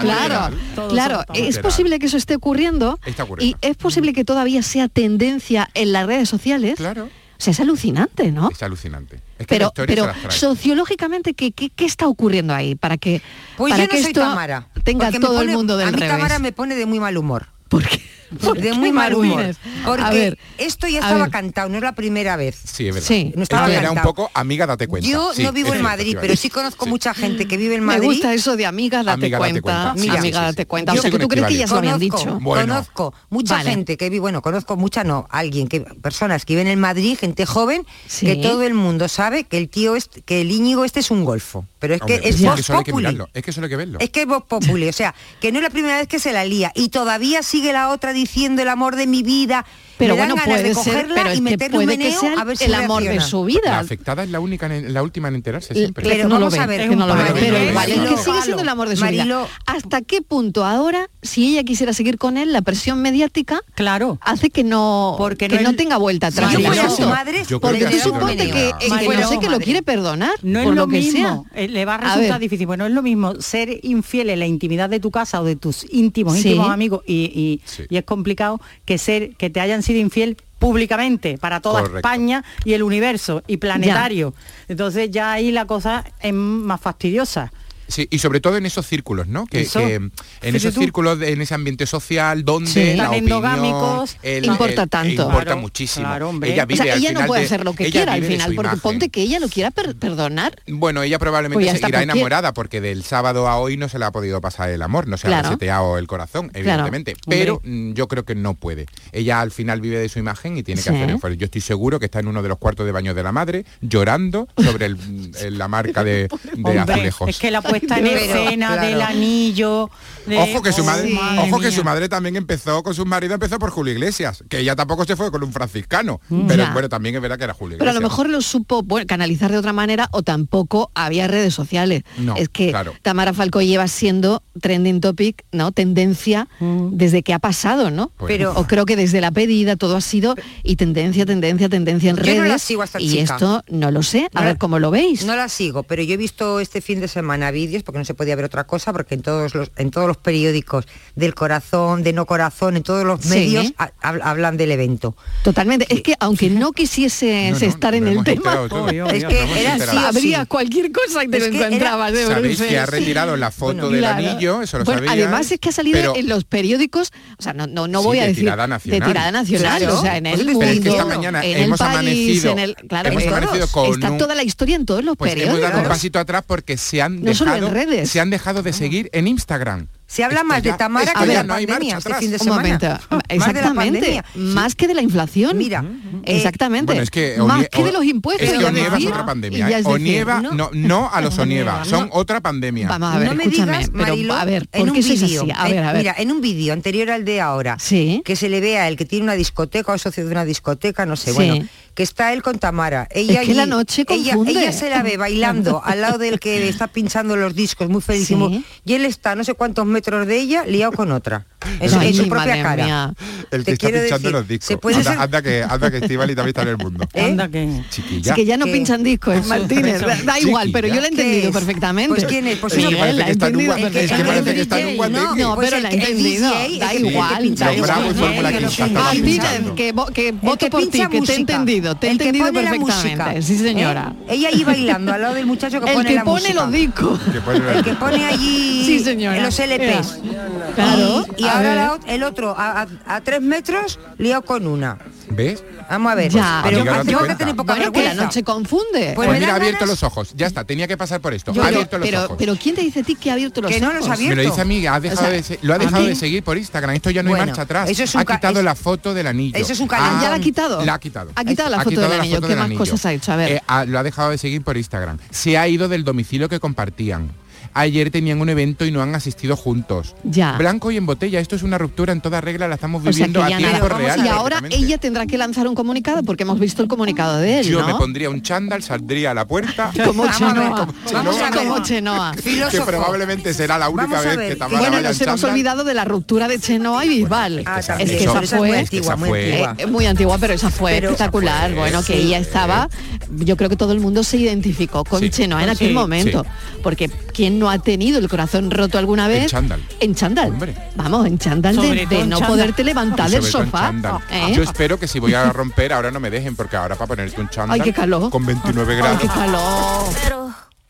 Speaker 5: literal.
Speaker 6: Todos
Speaker 3: claro.
Speaker 6: somos
Speaker 3: Es
Speaker 6: tontos.
Speaker 3: posible que eso esté ocurriendo
Speaker 5: Está ocurriendo.
Speaker 3: y es posible que todavía sea tendencia en las redes sociales.
Speaker 5: Claro.
Speaker 3: O sea, es alucinante, ¿no?
Speaker 5: Es alucinante. Es que la
Speaker 3: Pero,
Speaker 5: historia
Speaker 3: pero
Speaker 5: se las trae.
Speaker 3: sociológicamente, ¿qué, qué, qué está ocurriendo ahí para que,
Speaker 4: Pues
Speaker 3: para
Speaker 4: yo no
Speaker 3: que
Speaker 4: soy
Speaker 3: esto
Speaker 4: Tamara.
Speaker 3: tenga
Speaker 4: porque me
Speaker 3: todo el
Speaker 4: pone-
Speaker 3: mundo del
Speaker 4: A mí
Speaker 3: revés?
Speaker 4: Tamara me pone de muy mal humor.
Speaker 3: ¿Por qué? ¿Por
Speaker 4: de
Speaker 3: qué,
Speaker 4: muy mal humor.
Speaker 3: Martínez?
Speaker 4: Porque
Speaker 3: a ver,
Speaker 4: esto ya
Speaker 3: a
Speaker 4: estaba
Speaker 3: ver.
Speaker 4: cantado, no es la primera vez.
Speaker 5: Sí, es verdad.
Speaker 3: Sí.
Speaker 4: No
Speaker 5: Esto
Speaker 4: estaba
Speaker 5: era un
Speaker 4: cantado.
Speaker 5: poco amiga, date cuenta.
Speaker 4: Yo
Speaker 5: Sí,
Speaker 4: no vivo
Speaker 5: es
Speaker 4: en
Speaker 5: cierto,
Speaker 4: Madrid,
Speaker 5: iba a
Speaker 4: pero sí
Speaker 5: decir.
Speaker 4: conozco mucha gente que vive en
Speaker 3: me
Speaker 4: Madrid.
Speaker 3: gusta eso de amiga, date
Speaker 5: Amiga, date
Speaker 3: cuenta.
Speaker 5: cuenta.
Speaker 4: Mira,
Speaker 3: amiga,
Speaker 5: sí, sí,
Speaker 3: date
Speaker 5: sí.
Speaker 3: cuenta.
Speaker 5: Yo
Speaker 3: o sea, que
Speaker 5: con
Speaker 3: tú crees que ya
Speaker 5: Estíbaliz.
Speaker 3: se lo habían
Speaker 4: Conozco,
Speaker 3: dicho.
Speaker 5: Bueno.
Speaker 4: Conozco mucha
Speaker 3: Vale.
Speaker 4: gente que vive, bueno, conozco mucha no, alguien que personas que viven en Madrid, gente joven,
Speaker 3: Sí.
Speaker 4: que todo el mundo sabe que el tío este, que el Íñigo este es un golfo, pero es
Speaker 5: Hombre,
Speaker 4: que es
Speaker 5: pero
Speaker 4: voz
Speaker 5: que solo hay que
Speaker 4: populi.
Speaker 5: mirarlo, Es que solo hay que verlo.
Speaker 4: Es que es voz populi, o sea, que no es la primera vez que se la lía y todavía sigue la otra diciendo el amor de mi vida.
Speaker 3: Pero
Speaker 4: Me dan
Speaker 3: bueno,
Speaker 4: ganas de
Speaker 3: puede ser,
Speaker 4: cogerla
Speaker 3: pero
Speaker 4: y
Speaker 3: es que
Speaker 4: meterle un
Speaker 3: puede que
Speaker 4: meneo
Speaker 3: sea
Speaker 4: a ver si
Speaker 3: el amor de
Speaker 4: reacciona.
Speaker 3: su
Speaker 5: La
Speaker 3: vida.
Speaker 5: afectada es la única, en- la última en enterarse
Speaker 3: L-
Speaker 5: siempre.
Speaker 3: que
Speaker 4: Pero
Speaker 3: no lo
Speaker 4: vamos
Speaker 3: ve,
Speaker 4: a ver,
Speaker 3: que no lo ve.
Speaker 4: Marilo,
Speaker 3: Pero igual
Speaker 4: Marilo,
Speaker 3: es que sigue
Speaker 4: Marilo,
Speaker 3: siendo el amor de su
Speaker 4: Marilo.
Speaker 3: vida. ¿Hasta qué punto ahora, si ella quisiera seguir con él, la presión mediática
Speaker 6: claro.
Speaker 3: hace que no,
Speaker 6: Porque
Speaker 3: que
Speaker 6: no
Speaker 3: no
Speaker 6: el-
Speaker 3: tenga vuelta
Speaker 4: Si
Speaker 3: atrás?
Speaker 4: yo
Speaker 3: el
Speaker 4: fuera
Speaker 5: Marilo,
Speaker 4: su
Speaker 3: asunto?
Speaker 4: madre,
Speaker 5: yo creo
Speaker 4: le
Speaker 3: Porque tú
Speaker 4: daría un
Speaker 3: suponte
Speaker 4: meneo.
Speaker 3: que, eh, que
Speaker 6: Marilo,
Speaker 3: no sé que lo
Speaker 4: madre.
Speaker 3: quiere perdonar,
Speaker 6: No es
Speaker 3: por
Speaker 6: lo,
Speaker 3: lo, que
Speaker 6: mismo,
Speaker 3: sea.
Speaker 6: eh, le va a
Speaker 3: A
Speaker 6: resultar
Speaker 3: ver.
Speaker 6: difícil. Bueno, es lo mismo ser infiel en la intimidad de tu casa o de tus íntimos,
Speaker 3: Sí.
Speaker 6: íntimos amigos, y, y-
Speaker 5: Sí.
Speaker 6: y es complicado que ser que te hayan sido infiel públicamente para toda
Speaker 5: Correcto.
Speaker 6: España y el universo y planetario. Entonces ya ahí la cosa es más fastidiosa.
Speaker 5: Sí, y sobre todo en esos círculos, ¿no? Que,
Speaker 6: Eso.
Speaker 5: que, en
Speaker 6: Fíjate
Speaker 5: esos
Speaker 6: tú.
Speaker 5: círculos, de- en ese ambiente social donde
Speaker 3: Sí.
Speaker 5: la
Speaker 6: Tan
Speaker 5: opinión, e
Speaker 6: endogámicos.
Speaker 3: Importa tanto.
Speaker 5: Importa
Speaker 6: Claro,
Speaker 5: muchísimo.
Speaker 6: claro, hombre.
Speaker 3: O sea,
Speaker 5: al
Speaker 3: ella no
Speaker 5: final
Speaker 3: puede
Speaker 5: de-
Speaker 3: hacer lo que
Speaker 5: ella
Speaker 3: quiera al
Speaker 5: vive de
Speaker 3: final,
Speaker 5: su
Speaker 3: porque
Speaker 5: imagen.
Speaker 3: ponte que ella lo quiera per- perdonar.
Speaker 5: Bueno, ella
Speaker 3: Pues
Speaker 5: probablemente
Speaker 3: ya está,
Speaker 5: seguirá
Speaker 3: ¿por qué?
Speaker 5: enamorada porque del sábado a hoy no se le ha podido pasar el amor, no se
Speaker 3: Claro.
Speaker 5: ha reseteado el corazón, evidentemente.
Speaker 3: Hombre.
Speaker 5: Pero mm, yo creo que no puede. Ella al final vive de su imagen y tiene que
Speaker 3: Sí.
Speaker 5: hacer esfuerzo. Yo estoy seguro que está en uno de los cuartos de baño de la madre llorando sobre el- el- la marca de, de
Speaker 6: Hombre,
Speaker 5: azulejos.
Speaker 6: es que la puesta en
Speaker 4: Pero,
Speaker 6: escena
Speaker 4: claro.
Speaker 6: del anillo. de-
Speaker 5: Ojo que su
Speaker 6: Oh,
Speaker 5: madre, ojo que su
Speaker 6: mía.
Speaker 5: madre también empezó con su marido, empezó por Julio Iglesias, que ella tampoco se fue con un franciscano, pero
Speaker 3: Mm. Ya.
Speaker 5: bueno, también es verdad que era Julio
Speaker 3: Pero a
Speaker 5: Iglesias.
Speaker 3: lo mejor lo supo bueno, canalizar de otra manera o tampoco había redes sociales.
Speaker 5: No,
Speaker 3: es que
Speaker 5: claro.
Speaker 3: Tamara Falcó lleva siendo trending topic, ¿no? Tendencia desde que ha pasado, ¿no?
Speaker 4: Mm.
Speaker 5: Pues-
Speaker 4: Pero-
Speaker 3: o creo que desde la pedida todo ha sido y tendencia, tendencia, tendencia en
Speaker 4: Yo
Speaker 3: redes.
Speaker 4: no la sigo a esta
Speaker 3: y
Speaker 4: chica.
Speaker 3: esto no lo sé.
Speaker 4: No
Speaker 3: A ver
Speaker 4: la-
Speaker 3: cómo lo veis.
Speaker 4: No la sigo, pero yo he visto este fin de semana vídeos, porque no se podía ver otra cosa, porque en todos los, en todos los periódicos del corazón, de no corazón, en todos los
Speaker 3: Sí.
Speaker 4: medios ha- hab- hablan del evento.
Speaker 3: Totalmente. Es que aunque no quisiese
Speaker 5: No, no,
Speaker 3: estar en
Speaker 5: nos
Speaker 3: el
Speaker 5: hemos
Speaker 3: tema,
Speaker 5: enterado todo.
Speaker 6: Oy, oy,
Speaker 4: Es que
Speaker 5: nos hemos
Speaker 4: era
Speaker 5: enterado.
Speaker 4: sí o
Speaker 3: habría cualquier cosa y te
Speaker 4: Es
Speaker 3: lo
Speaker 4: que era-
Speaker 3: encontrabas. de
Speaker 5: Sabéis
Speaker 3: verdad.
Speaker 5: que ha retirado la foto del
Speaker 3: Claro.
Speaker 5: anillo, eso lo
Speaker 3: Bueno,
Speaker 5: sabía.
Speaker 3: además es que ha salido en los periódicos, o sea, no, no, no
Speaker 5: Sí,
Speaker 3: voy a
Speaker 5: de
Speaker 3: decir
Speaker 5: tirada nacional.
Speaker 3: de tirada nacional,
Speaker 4: Claro.
Speaker 3: o sea, en
Speaker 4: Pues
Speaker 3: el
Speaker 4: te estoy
Speaker 3: mundo,
Speaker 5: Pero es que esta
Speaker 4: mundo,
Speaker 5: mañana
Speaker 3: en
Speaker 5: hemos
Speaker 3: el país,
Speaker 5: amanecido,
Speaker 3: en el, claro,
Speaker 5: hemos
Speaker 3: en todos.
Speaker 5: amanecido con
Speaker 3: está
Speaker 5: un-
Speaker 3: toda la historia en todos los
Speaker 5: pues hemos
Speaker 3: periódicos.
Speaker 5: dado un pasito atrás porque se han
Speaker 3: No solo en
Speaker 5: dejado
Speaker 3: redes. Ah.
Speaker 5: se han dejado de seguir en Instagram.
Speaker 4: Se habla
Speaker 5: Es que
Speaker 4: más
Speaker 5: ya-
Speaker 4: de Tamara
Speaker 5: es que
Speaker 4: que de
Speaker 5: ya
Speaker 4: la
Speaker 5: no hay
Speaker 4: pandemia
Speaker 5: marcha
Speaker 4: este
Speaker 5: atrás.
Speaker 4: fin de
Speaker 3: Un
Speaker 4: semana.
Speaker 3: momento,
Speaker 4: Más de la
Speaker 3: exactamente,
Speaker 4: pandemia.
Speaker 3: más que de la inflación. Mm,
Speaker 4: Mira, eh,
Speaker 3: exactamente.
Speaker 5: Bueno, es que o
Speaker 3: más
Speaker 5: nie-
Speaker 3: que
Speaker 5: o-
Speaker 3: de los impuestos.
Speaker 5: Es que
Speaker 3: ya no
Speaker 5: Onieva es
Speaker 3: decir.
Speaker 5: otra
Speaker 3: Y ya
Speaker 5: pandemia.
Speaker 3: es decir,
Speaker 5: Onieva,
Speaker 3: ¿no?
Speaker 5: no, no a los Onieva,
Speaker 4: Onieva,
Speaker 5: son
Speaker 4: no.
Speaker 5: otra pandemia.
Speaker 3: Vamos a ver,
Speaker 4: no me
Speaker 3: escúchame,
Speaker 4: digas,
Speaker 3: pero
Speaker 4: Mariló,
Speaker 3: a ver,
Speaker 4: en
Speaker 3: ¿por
Speaker 4: un
Speaker 3: qué sois
Speaker 4: vídeo,
Speaker 3: así? A
Speaker 4: eh,
Speaker 3: ver, a ver.
Speaker 4: Mira, en un vídeo anterior al de ahora,
Speaker 3: Sí.
Speaker 4: que se le ve a el que tiene una discoteca o socio de una discoteca, no sé,
Speaker 3: Sí.
Speaker 4: bueno, que está él con Tamara. Ella
Speaker 3: Es que la
Speaker 4: allí-
Speaker 3: noche
Speaker 4: ella,
Speaker 3: confunde.
Speaker 4: ella se la ve bailando al lado del que está pinchando los discos, muy feliz.
Speaker 3: Sí.
Speaker 4: muy- Y él está a no sé cuántos metros de ella, liado con otra. En, su-
Speaker 3: Ay,
Speaker 4: en su
Speaker 3: mi
Speaker 4: propia
Speaker 3: madre
Speaker 4: cara.
Speaker 3: mía.
Speaker 5: El
Speaker 4: Te
Speaker 5: que está
Speaker 4: quiero
Speaker 5: pinchando
Speaker 4: decir,
Speaker 5: los discos.
Speaker 4: se puede
Speaker 5: anda,
Speaker 4: ser-
Speaker 5: anda que anda que Estivali también está en el mundo.
Speaker 4: ¿Eh?
Speaker 6: Anda que...
Speaker 5: Chiquilla.
Speaker 3: Sí, que ya no
Speaker 4: ¿Qué?
Speaker 3: pinchan discos, Martínez. Da, da
Speaker 5: Chiqui,
Speaker 3: igual, pero yo lo he
Speaker 5: ¿ya?
Speaker 4: ¿Qué
Speaker 3: entendido
Speaker 4: es?
Speaker 3: perfectamente.
Speaker 4: Pues ¿quién es? Pues
Speaker 5: Es que
Speaker 3: Miguel,
Speaker 5: parece
Speaker 3: la
Speaker 5: que
Speaker 3: he
Speaker 5: está en un
Speaker 3: entendido
Speaker 5: guate- es que
Speaker 3: perfectamente.
Speaker 5: parece que está en un
Speaker 3: No,
Speaker 5: guateque.
Speaker 3: no,
Speaker 4: Pues
Speaker 3: pero
Speaker 4: el-
Speaker 3: la he
Speaker 4: el
Speaker 3: entendido.
Speaker 4: DJ,
Speaker 3: Da
Speaker 4: el que
Speaker 3: igual,
Speaker 4: pincha
Speaker 3: da
Speaker 5: Los bravos y
Speaker 3: igual.
Speaker 5: Fórmula
Speaker 4: que los
Speaker 5: 15 estaban
Speaker 4: pincha.
Speaker 5: pinchando.
Speaker 3: Martínez, que, vo- que
Speaker 4: El
Speaker 3: voto
Speaker 4: que
Speaker 3: por ti,
Speaker 4: pincha
Speaker 3: que te he
Speaker 4: música,
Speaker 3: entendido, te he
Speaker 4: el que
Speaker 3: entendido
Speaker 4: pone la
Speaker 3: perfectamente.
Speaker 4: música,
Speaker 3: Sí, señora.
Speaker 4: ¿eh? Ella ahí bailando al lado del muchacho que
Speaker 3: El
Speaker 4: pone
Speaker 3: que
Speaker 4: la
Speaker 3: pone
Speaker 4: música.
Speaker 3: los discos.
Speaker 5: Que pone-
Speaker 4: El que pone allí
Speaker 3: Sí, señora.
Speaker 4: los LPs.
Speaker 3: Mira. Claro.
Speaker 4: Y, y
Speaker 3: a
Speaker 4: ahora
Speaker 3: ver.
Speaker 4: la ot- el otro, a, a- a tres metros, liado con una.
Speaker 5: ¿Ves?
Speaker 4: Vamos a ver.
Speaker 3: Ya.
Speaker 4: Pero
Speaker 5: Amiga,
Speaker 4: hace
Speaker 5: date
Speaker 4: falta
Speaker 5: cuenta.
Speaker 4: tener poca
Speaker 3: Bueno, que la
Speaker 4: vergüenza.
Speaker 3: noche confunde.
Speaker 4: Pues
Speaker 5: Pues,
Speaker 4: me
Speaker 5: mira, ha
Speaker 4: dan
Speaker 5: abierto
Speaker 4: ganas-
Speaker 5: los ojos. Ya está, tenía que pasar por esto.
Speaker 3: Yo-
Speaker 5: ha
Speaker 3: pero-
Speaker 5: abierto los
Speaker 3: pero,
Speaker 5: ojos.
Speaker 3: pero ¿quién te dice a ti que ha abierto los
Speaker 4: Que
Speaker 3: ojos?
Speaker 4: no los ha abierto.
Speaker 5: me lo dice a mí, ha dejado
Speaker 3: O sea,
Speaker 5: de se- lo ha
Speaker 3: a
Speaker 5: dejado
Speaker 3: mí-
Speaker 5: de seguir por Instagram. Esto ya no
Speaker 4: Bueno,
Speaker 5: hay marcha atrás.
Speaker 4: eso es un
Speaker 5: ha
Speaker 4: ca-
Speaker 5: quitado
Speaker 4: es-
Speaker 5: la foto del anillo.
Speaker 4: eso es un
Speaker 5: Ah,
Speaker 3: ¿Ya la ha quitado?
Speaker 5: La ha quitado.
Speaker 3: Ha quitado la foto del anillo. ¿Qué más cosas ha hecho? A ver.
Speaker 5: Eh, ah, lo ha dejado de seguir por Instagram. Se ha ido del domicilio que compartían. Ayer tenían un evento y no han asistido juntos.
Speaker 3: Ya.
Speaker 5: Blanco y en botella. Esto es una ruptura en toda regla. La estamos
Speaker 3: O sea, que
Speaker 5: viviendo
Speaker 3: ya
Speaker 5: a tiempo
Speaker 3: nada.
Speaker 5: real.
Speaker 3: Y ahora
Speaker 5: prácticamente.
Speaker 3: ella tendrá que lanzar un comunicado porque hemos visto el comunicado de él,
Speaker 5: Yo
Speaker 3: ¿no?
Speaker 5: me pondría un chándal, saldría a la puerta.
Speaker 3: Como
Speaker 4: Vamos a ver,
Speaker 3: Chenoa.
Speaker 4: como Chenoa.
Speaker 3: Como Chenoa.
Speaker 5: que
Speaker 4: Filósofo.
Speaker 5: probablemente será la única
Speaker 4: Vamos a
Speaker 5: vez
Speaker 4: ver.
Speaker 5: que Tamara
Speaker 3: Bueno,
Speaker 5: vaya
Speaker 3: nos
Speaker 5: en
Speaker 3: hemos
Speaker 5: chándal.
Speaker 3: olvidado de la ruptura de Chenoa y Bisbal.
Speaker 4: Ah,
Speaker 5: Es que
Speaker 4: también.
Speaker 3: es que
Speaker 4: Eso- esa
Speaker 3: esa
Speaker 4: es
Speaker 3: fue
Speaker 4: muy
Speaker 5: es
Speaker 4: antigua,
Speaker 5: que esa
Speaker 4: muy
Speaker 5: fue-
Speaker 4: antigua.
Speaker 3: eh, muy antigua, pero esa fue
Speaker 4: Pero esa
Speaker 3: espectacular.
Speaker 5: fue,
Speaker 3: bueno, que
Speaker 5: sí.
Speaker 3: ella estaba, yo creo que todo el mundo se identificó con
Speaker 5: Sí.
Speaker 3: Chenoa en aquel
Speaker 6: Sí.
Speaker 3: momento, porque quien no ha tenido el corazón roto alguna vez
Speaker 5: chándal.
Speaker 3: en chándal.
Speaker 5: Hombre.
Speaker 3: Vamos, en chándal
Speaker 6: Sobre
Speaker 3: de,
Speaker 6: todo
Speaker 3: de
Speaker 6: en
Speaker 3: no
Speaker 6: chándal.
Speaker 3: poderte levantar
Speaker 5: Sobre
Speaker 3: del
Speaker 5: todo en
Speaker 3: sofá.
Speaker 5: chándal.
Speaker 3: ¿eh?
Speaker 5: Yo espero que si voy a romper ahora no me dejen porque ahora para ponerte un chándal
Speaker 3: Ay, qué calor.
Speaker 5: con 29
Speaker 3: Ay,
Speaker 5: grados.
Speaker 3: qué calor.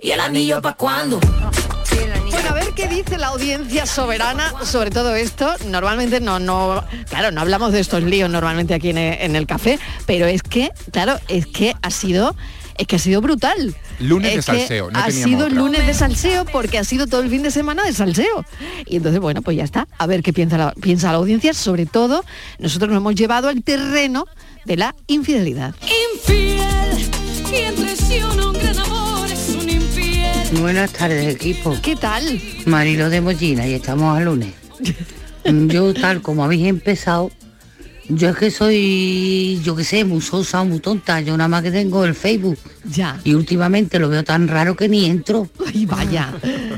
Speaker 2: ¿Y el anillo para cuándo?
Speaker 3: Bueno, Pues a ver qué dice la audiencia soberana sobre todo esto. Normalmente no, no, claro, no hablamos de estos líos normalmente aquí en e- en el, café, pero es que, claro, es que ha sido, es que ha sido brutal.
Speaker 5: Lunes de
Speaker 3: Es que
Speaker 5: salseo, no
Speaker 3: ha
Speaker 5: teníamos
Speaker 3: sido
Speaker 5: otra.
Speaker 3: lunes de salseo porque ha sido todo el fin de semana de salseo. Y entonces, bueno, pues ya está. A ver qué piensa la, piensa la audiencia. Sobre todo, nosotros nos hemos llevado al terreno de la infidelidad.
Speaker 7: Infiel, quien traiciona un gran amor es un infiel.
Speaker 8: Buenas tardes, equipo.
Speaker 3: ¿Qué tal?
Speaker 8: Marilo de Mollina y estamos al lunes. Yo, tal como habéis empezado, yo es que soy, yo qué sé, muy sosa, muy tonta. Yo nada más que tengo el Facebook.
Speaker 3: Ya.
Speaker 8: Y últimamente lo veo tan raro que ni entro.
Speaker 3: Ay, vaya.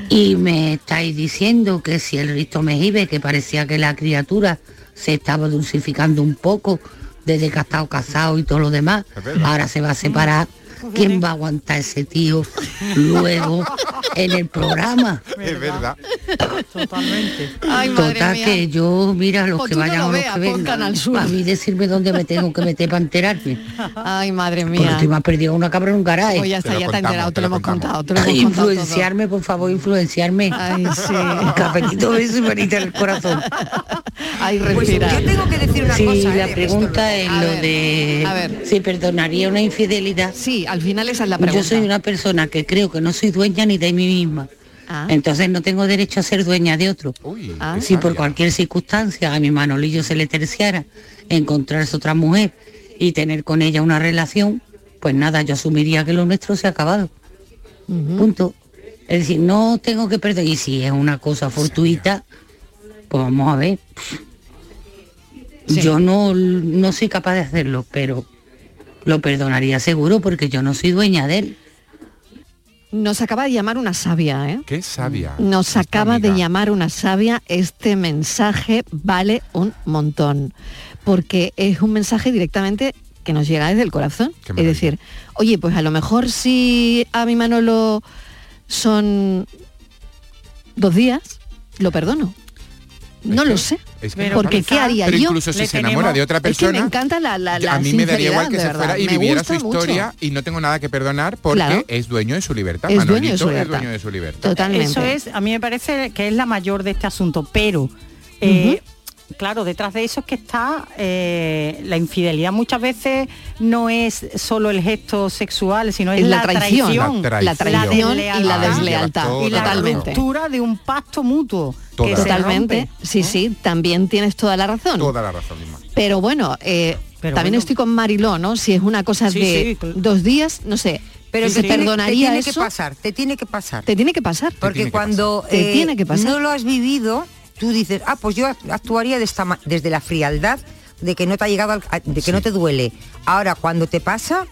Speaker 8: Y me estáis diciendo que si el Risto Mejibe, que parecía que la criatura se estaba dulcificando un poco desde que ha estado casado y todo lo demás,
Speaker 5: Es verdad.
Speaker 8: ahora se va a separar. ¿Quién va a aguantar ese tío luego en el programa?
Speaker 5: Es verdad.
Speaker 6: Totalmente.
Speaker 3: Ay, madre
Speaker 8: Total
Speaker 3: mía.
Speaker 8: que yo, mira, los
Speaker 3: Pues
Speaker 8: que
Speaker 3: tú no
Speaker 8: vayan
Speaker 3: lo
Speaker 8: o los
Speaker 3: veas,
Speaker 8: que
Speaker 3: pon Canal Sur.
Speaker 8: vengan, a mí decirme dónde me tengo que meter para enterarme.
Speaker 3: Ay, madre
Speaker 8: Porque
Speaker 3: mía.
Speaker 8: estoy más perdido que una cabra en un garaje.
Speaker 3: Pues ya
Speaker 5: Te
Speaker 3: está,
Speaker 5: lo
Speaker 3: ya te ha
Speaker 5: contamos,
Speaker 3: enterado,
Speaker 5: te
Speaker 3: te lo
Speaker 5: lo
Speaker 3: hemos
Speaker 5: contado.
Speaker 3: contado, te lo hemos contado.
Speaker 8: influenciarme, por favor, influenciarme.
Speaker 3: todo. Ay,
Speaker 8: Un
Speaker 3: sí.
Speaker 8: cafetito beso y manita en el corazón.
Speaker 3: Ay,
Speaker 4: Pues
Speaker 3: respira.
Speaker 4: yo tengo que decir una
Speaker 8: Sí,
Speaker 4: cosa. ¿eh?
Speaker 8: la
Speaker 4: de
Speaker 8: pregunta es
Speaker 3: A
Speaker 8: lo
Speaker 3: ver,
Speaker 8: de
Speaker 3: a ver.
Speaker 8: si perdonaría una infidelidad.
Speaker 3: Sí, al final esa es la pregunta.
Speaker 8: Yo soy una persona que creo que no soy dueña ni de mí misma.
Speaker 3: Ah.
Speaker 8: Entonces no tengo derecho a ser dueña de otro.
Speaker 5: Uy,
Speaker 3: Ah.
Speaker 5: qué
Speaker 8: si por
Speaker 5: sabia.
Speaker 8: cualquier circunstancia a mi Manolillo se le terciara encontrarse otra mujer y tener con ella una relación, pues nada, yo asumiría que lo nuestro se ha acabado. Punto. Es decir, no tengo que perder. Y si es una cosa fortuita, pues vamos a ver.
Speaker 3: Sí.
Speaker 8: Yo no, no soy capaz de hacerlo, pero lo perdonaría seguro porque yo no soy dueña de él.
Speaker 3: Nos acaba de llamar una sabia, ¿eh?
Speaker 5: Qué sabia.
Speaker 3: Nos
Speaker 5: esta
Speaker 3: acaba de
Speaker 5: amiga.
Speaker 3: llamar una sabia. Este mensaje vale un montón. Porque es un mensaje directamente que nos llega desde el corazón.
Speaker 5: Qué
Speaker 3: Es
Speaker 5: maravilla.
Speaker 3: decir, oye, pues a lo mejor si a mi Manolo son dos días, lo perdono. No
Speaker 5: Es
Speaker 3: lo
Speaker 5: que-
Speaker 3: sé.
Speaker 5: es que no
Speaker 3: porque
Speaker 5: sabes.
Speaker 3: ¿qué haría
Speaker 5: Pero
Speaker 3: yo?
Speaker 5: incluso si
Speaker 6: Le
Speaker 5: se enamora
Speaker 6: tenemos-
Speaker 5: de otra
Speaker 3: Es que
Speaker 5: persona.
Speaker 3: me encanta la, la, la
Speaker 5: a mí me daría igual que
Speaker 3: sinceridad, de
Speaker 5: se
Speaker 3: verdad.
Speaker 5: fuera y
Speaker 3: Me
Speaker 5: viviera su
Speaker 3: gusta mucho.
Speaker 5: historia y no tengo nada que perdonar porque
Speaker 3: Claro.
Speaker 5: es dueño de su libertad.
Speaker 3: Es
Speaker 5: Manolito
Speaker 3: dueño de su
Speaker 5: es
Speaker 3: libertad.
Speaker 5: dueño de su libertad.
Speaker 3: Totalmente.
Speaker 6: Eso es, a mí me parece que es la mayor de este asunto, pero eh, claro, detrás de eso es que está eh, la infidelidad. Muchas veces no es solo el gesto sexual, sino es,
Speaker 3: Es la
Speaker 6: la,
Speaker 3: traición.
Speaker 6: traición,
Speaker 3: La traición. La traición
Speaker 5: Ah,
Speaker 3: y la deslealtad. Ah,
Speaker 6: y la
Speaker 3: Totalmente.
Speaker 6: ruptura de un pacto mutuo. que se
Speaker 3: Totalmente.
Speaker 6: rompe. ¿eh?
Speaker 3: sí, sí, también tienes toda la razón.
Speaker 5: Toda la razón, Lima.
Speaker 3: Pero bueno, eh,
Speaker 6: Pero
Speaker 3: también
Speaker 6: bueno.
Speaker 3: estoy con Mariló, ¿no? Si es una cosa
Speaker 6: Sí,
Speaker 3: de
Speaker 6: sí, cl-
Speaker 3: dos días, no sé.
Speaker 4: Pero
Speaker 3: ¿se
Speaker 4: te tiene-
Speaker 3: perdonaría
Speaker 4: te tiene
Speaker 3: eso?
Speaker 4: que pasar, te tiene que pasar.
Speaker 3: Te tiene que pasar.
Speaker 4: Porque cuando
Speaker 3: Te
Speaker 4: eh,
Speaker 3: tiene que pasar.
Speaker 4: no lo has vivido, tú dices, ah, pues yo act- actuaría de esta ma- desde la frialdad de que no te ha llegado, al- a- de que no te duele. Ahora, cuando te pasa,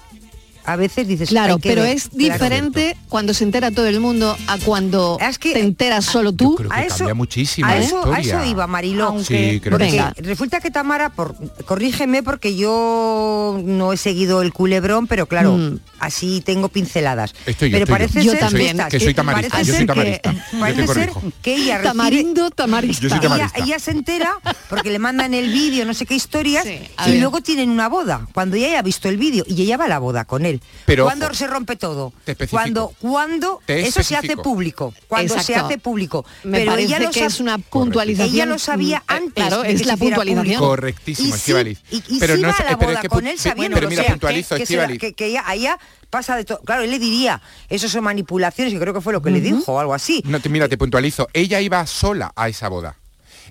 Speaker 4: a veces dices,
Speaker 3: Claro,
Speaker 4: "Hay que
Speaker 3: pero
Speaker 4: ver".
Speaker 3: es
Speaker 4: Claro.
Speaker 3: diferente cuando se entera todo el mundo a cuando te enteras solo tú.
Speaker 5: creo que A eso- cambia muchísimo
Speaker 4: a
Speaker 5: la
Speaker 4: eso, a
Speaker 5: historia.
Speaker 4: eso iba Mariló.
Speaker 5: Aunque- Sí, creo que
Speaker 4: Porque
Speaker 5: Venga.
Speaker 4: resulta que Tamara, por, corrígeme porque yo no he seguido el culebrón, pero claro, así tengo pinceladas.
Speaker 5: Estoy yo,
Speaker 4: pero
Speaker 5: estoy yo.
Speaker 4: parece
Speaker 5: Yo
Speaker 4: ser
Speaker 5: también.
Speaker 4: estás-
Speaker 5: Que soy tamarista,
Speaker 4: parece
Speaker 5: yo soy
Speaker 4: ser que-
Speaker 5: tamarista. Yo te
Speaker 4: Parece ser
Speaker 5: corrijo.
Speaker 4: que ella recibe-
Speaker 3: Tamarindo, tamarista.
Speaker 5: Yo soy
Speaker 4: ella,
Speaker 5: tamarista.
Speaker 4: ella se entera porque le mandan el vídeo, no sé qué historias,
Speaker 3: a
Speaker 4: y
Speaker 3: ver.
Speaker 4: luego tienen una boda, cuando ella haya visto el vídeo y ella va a la boda con él.
Speaker 5: Pero
Speaker 4: cuando
Speaker 5: ojo,
Speaker 4: se rompe todo?
Speaker 5: te especifico.
Speaker 4: Cuando, cuando
Speaker 5: Te
Speaker 4: eso se hace
Speaker 5: especifico.
Speaker 4: público. Cuando se
Speaker 3: Exacto.
Speaker 4: hace público.
Speaker 3: Me
Speaker 4: pero
Speaker 3: parece
Speaker 4: ella lo
Speaker 3: que
Speaker 4: sab-
Speaker 3: es una puntualización.
Speaker 4: Ella lo sabía
Speaker 3: Mm, eh,
Speaker 4: antes.
Speaker 3: claro,
Speaker 4: de que
Speaker 3: es
Speaker 4: se
Speaker 3: la
Speaker 4: hiciera público.
Speaker 3: puntualización.
Speaker 5: Correctísimo,
Speaker 4: Y sí,
Speaker 5: Estíbaliz.
Speaker 4: Y, y
Speaker 5: Pero
Speaker 4: sí
Speaker 5: no
Speaker 4: va
Speaker 5: es-
Speaker 4: a la
Speaker 5: pero es
Speaker 4: boda
Speaker 5: que pu-
Speaker 4: con él
Speaker 5: sí,
Speaker 4: sabiendo
Speaker 5: pero
Speaker 4: o
Speaker 5: mira,
Speaker 4: sea,
Speaker 5: puntualizo,
Speaker 4: que, que se la-
Speaker 5: Estíbaliz.
Speaker 4: que- que ella, a ella pasa de todo. Claro, él le diría, eso son manipulaciones, que creo que fue lo que le dijo o algo así.
Speaker 5: No, te, mira, te puntualizo. Ella iba sola a esa boda.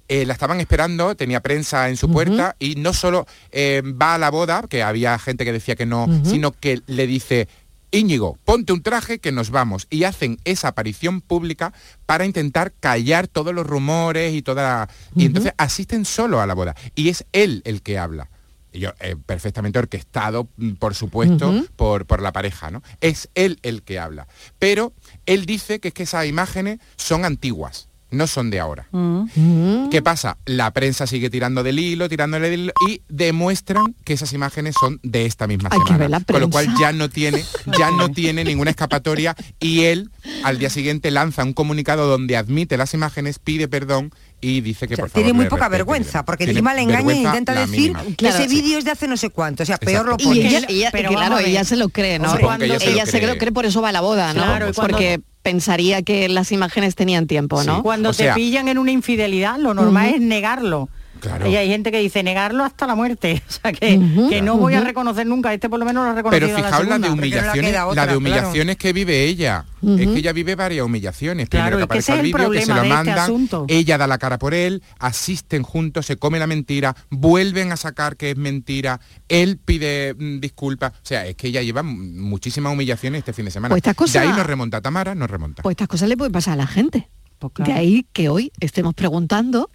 Speaker 5: Eh, la estaban esperando, tenía prensa en su puerta y no solo eh, va a la boda, que había gente que decía que no, sino que le dice, Íñigo, ponte un traje que nos vamos. Y hacen esa aparición pública para intentar callar todos los rumores y toda... Y entonces asisten solo a la boda. Y es él el que habla. Y yo, eh, perfectamente orquestado, mm, por supuesto,
Speaker 3: Ujú.
Speaker 5: por, por la pareja, ¿no? Es él el que habla. Pero él dice que es que esas imágenes son antiguas, no son de ahora.
Speaker 9: Mm.
Speaker 5: ¿Qué pasa? La prensa sigue tirando del hilo, tirándole del hilo y demuestran que esas imágenes son de esta misma
Speaker 3: Hay que
Speaker 5: semana.
Speaker 3: ver la
Speaker 5: Con lo cual
Speaker 3: prensa.
Speaker 5: ya no tiene, ya no tiene ninguna escapatoria y él al día siguiente lanza un comunicado donde admite las imágenes, pide perdón y dice que por favor
Speaker 4: Tiene muy
Speaker 5: le
Speaker 4: poca
Speaker 5: respeten.
Speaker 4: vergüenza, porque
Speaker 5: Tiene
Speaker 4: encima le engaña e
Speaker 5: vergüenza
Speaker 4: intenta
Speaker 5: la
Speaker 4: decir
Speaker 5: mínima.
Speaker 4: que
Speaker 3: Claro,
Speaker 4: ese
Speaker 3: sí.
Speaker 4: vídeo es de hace no sé cuánto, o sea, peor lo
Speaker 5: Exacto.
Speaker 3: Y
Speaker 4: pone.
Speaker 3: ella, ella-
Speaker 6: pero
Speaker 3: que
Speaker 6: vamos
Speaker 3: claro,
Speaker 6: a ver.
Speaker 3: ella se lo cree, ¿no?
Speaker 6: Supongo que
Speaker 5: ella se lo
Speaker 3: Ella se
Speaker 5: cree.
Speaker 3: lo cree, por eso va a la boda, ¿no? Pues
Speaker 6: Claro, y cuando-
Speaker 3: Porque pensaría que las imágenes tenían tiempo, ¿no?
Speaker 5: Sí.
Speaker 6: Cuando
Speaker 5: O
Speaker 6: te
Speaker 5: sea-
Speaker 6: pillan en una infidelidad, lo normal es negarlo.
Speaker 5: Claro.
Speaker 6: Y hay gente que dice negarlo hasta la muerte. O sea que, que no voy a reconocer nunca. Este por lo menos lo ha reconocido.
Speaker 5: Pero
Speaker 6: a la
Speaker 5: fijaos
Speaker 6: segunda.
Speaker 5: la, de
Speaker 4: porque no le
Speaker 5: humillaciones,
Speaker 4: queda
Speaker 5: la
Speaker 4: otra,
Speaker 5: de
Speaker 4: claro.
Speaker 5: humillaciones que vive ella. Es que ella vive varias humillaciones.
Speaker 6: Claro,
Speaker 5: Primero que
Speaker 6: es que ese
Speaker 5: aparece
Speaker 6: es
Speaker 5: el
Speaker 6: el
Speaker 5: vídeo, que se
Speaker 6: problema
Speaker 5: lo
Speaker 6: de este
Speaker 5: mandan,
Speaker 6: asunto.
Speaker 5: ella da la cara por él, asisten juntos, se come la mentira, vuelven a sacar que es mentira, él pide mm, disculpas. O sea, es que ella lleva mm, muchísimas humillaciones este fin de semana.
Speaker 3: Pues estas cosas-
Speaker 5: De ahí nos remonta Tamara, nos remonta.
Speaker 3: Pues estas cosas le pueden pasar a la gente.
Speaker 6: Pues claro.
Speaker 3: De ahí que hoy estemos preguntando,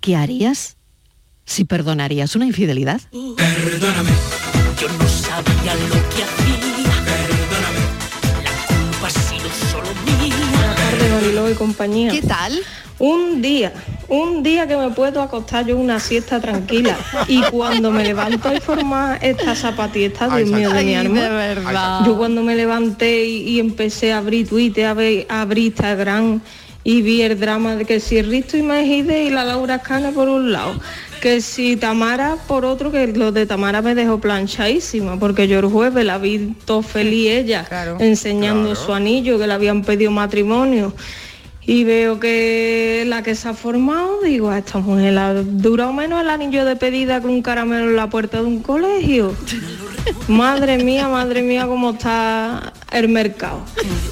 Speaker 3: ¿qué harías si perdonarías una infidelidad?
Speaker 2: Perdóname, yo no sabía lo que hacía. Perdóname, la culpa ha sido solo mía.
Speaker 10: tarde, Mariló y compañía.
Speaker 3: ¿Qué tal?
Speaker 10: Un día, un día que me puedo acostar yo una siesta tranquila y cuando me levanto a formar esta zapatilla,
Speaker 5: Ay,
Speaker 10: Dios mío de mi
Speaker 3: Ay,
Speaker 10: alma.
Speaker 3: de verdad.
Speaker 10: Yo cuando me levanté y, y empecé a abrir Twitter, a, ver- a abrir Instagram y vi el drama de que si Risto y Mejide y la Laura Cana por un lado, que si Tamara por otro, que lo de Tamara me dejó planchadísima, porque yo el jueves la vi todo feliz ella,
Speaker 4: Claro.
Speaker 10: enseñando su anillo, que le habían pedido matrimonio. Y veo que la que se ha formado, digo, a esta mujer la dura o menos el anillo de pedida con un caramelo en la puerta de un colegio. Madre mía, madre mía, cómo está el mercado.